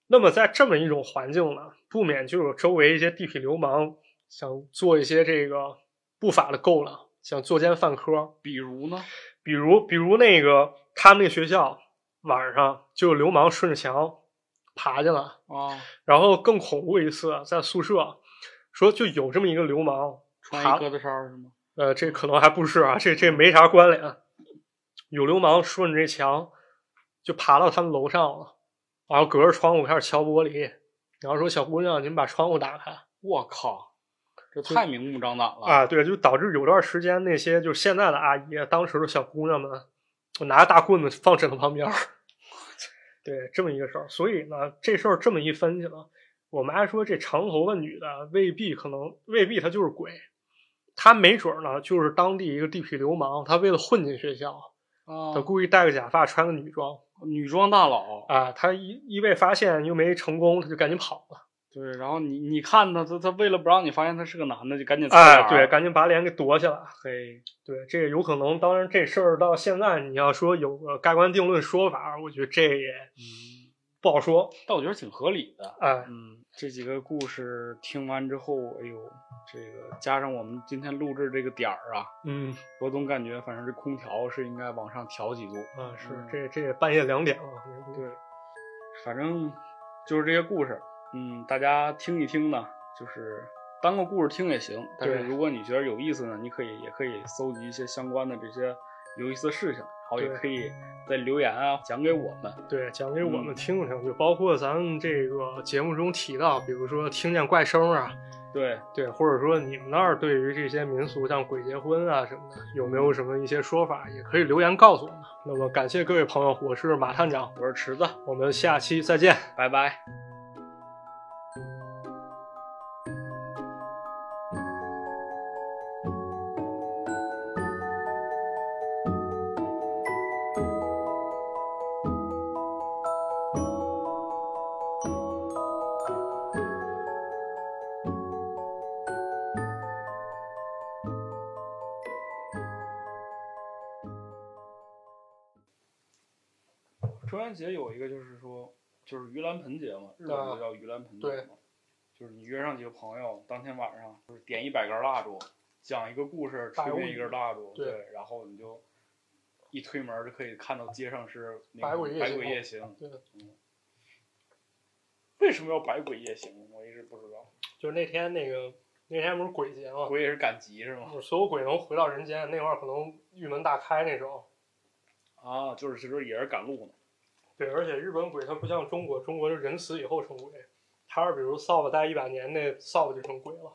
Speaker 1: 那么在这么一种环境呢，不免就有周围一些地痞流氓想做一些这个不法的勾当，想作奸犯科。
Speaker 2: 比如呢，
Speaker 1: 比如，比如那个他们那学校晚上就有流氓顺着墙爬进来，
Speaker 2: 啊，
Speaker 1: 然后更恐怖一次，在宿舍说就有这么一个流氓，
Speaker 2: 穿
Speaker 1: 爬
Speaker 2: 一疙瘩衫儿是吗？
Speaker 1: 呃，这可能还不是啊，这这没啥关联。有流氓顺着这墙就爬到他们楼上了，然后隔着窗户开始敲玻璃，然后说：“小姑娘，您把窗户打开。”
Speaker 2: 我靠，这太明目张胆了！
Speaker 1: 啊，对，就导致有段时间那些就是现在的阿姨，啊当时的小姑娘们，就拿大棍子放枕头旁边儿，对，这么一个事儿。所以呢，这事儿这么一分析呢，我们还说这长头发女的未必可能未必她就是鬼，她没准儿呢就是当地一个地痞流氓，她为了混进学校，
Speaker 2: 啊
Speaker 1: 他，故意戴个假发，穿个女装
Speaker 2: 女装大佬，
Speaker 1: 啊。他一一被发现又没成功，他就赶紧跑了
Speaker 2: 对，然后你你看他，他他为了不让你发现他是个男的，就 赶紧
Speaker 1: 啊，
Speaker 2: 侧
Speaker 1: 对，
Speaker 2: 脸儿
Speaker 1: 赶紧把脸给夺下来。
Speaker 2: 嘿，
Speaker 1: 对，这有可能。当然，这事儿到现在你要说有个盖棺定论说法，我觉得这也
Speaker 2: 嗯，
Speaker 1: 不好说。
Speaker 2: 但我觉得挺合理的，
Speaker 1: 哎，
Speaker 2: 嗯，这几个故事听完之后，哎呦，这个加上我们今天录制这个点儿啊，
Speaker 1: 嗯
Speaker 2: 我总感觉反正这空调是应该往上调几度。
Speaker 1: 啊，是
Speaker 2: 嗯
Speaker 1: 这这也半夜两点了。
Speaker 2: 对，反正就是这些故事，嗯，大家听一听呢，就是当个故事听也行。但是
Speaker 1: 对
Speaker 2: 如果你觉得有意思呢，你可以也可以搜集一些相关的这些有意思的事情，然后也
Speaker 1: 对
Speaker 2: 可以在留言啊讲给我们。
Speaker 1: 对，讲给
Speaker 2: 嗯
Speaker 1: 我们听听，就包括咱们这个节目中提到，比如说听见怪声啊，
Speaker 2: 对，
Speaker 1: 对，或者说你们那儿对于这些民俗，像鬼结婚啊什么的，有没有什么一些说法，也可以留言告诉我们。那么感谢各位朋友，我是马探长，
Speaker 2: 我是池子，
Speaker 1: 我们下期再见。
Speaker 2: 拜拜。中元节有一个就是说，就是盂兰盆节嘛，日本
Speaker 1: 啊
Speaker 2: 就叫盂兰盆节
Speaker 1: 对
Speaker 2: 嘛，就是你约上几个朋友，当天晚上就是点一百根蜡烛，讲一个故事，
Speaker 1: 百
Speaker 2: 吹灭
Speaker 1: 物
Speaker 2: 一根蜡烛，
Speaker 1: 对
Speaker 2: 对，然后你就一推门就可以看到街上是那
Speaker 1: 百
Speaker 2: 个
Speaker 1: 鬼夜
Speaker 2: 百
Speaker 1: 行
Speaker 2: 鬼
Speaker 1: 嘛
Speaker 2: 夜行，
Speaker 1: 对的
Speaker 2: 嗯，为什么要百鬼夜行？我一直不知道，
Speaker 1: 就是那天那个那天不是鬼节吗？
Speaker 2: 鬼也是赶集是吗？
Speaker 1: 就是所有鬼能回到人间，那块儿可能玉门大开那种。
Speaker 2: 啊，就是其实也是赶路呢，
Speaker 1: 对，而且日本鬼它不像中国，中国是人死以后成鬼，它是比如扫把待一百年，那扫把就成鬼了。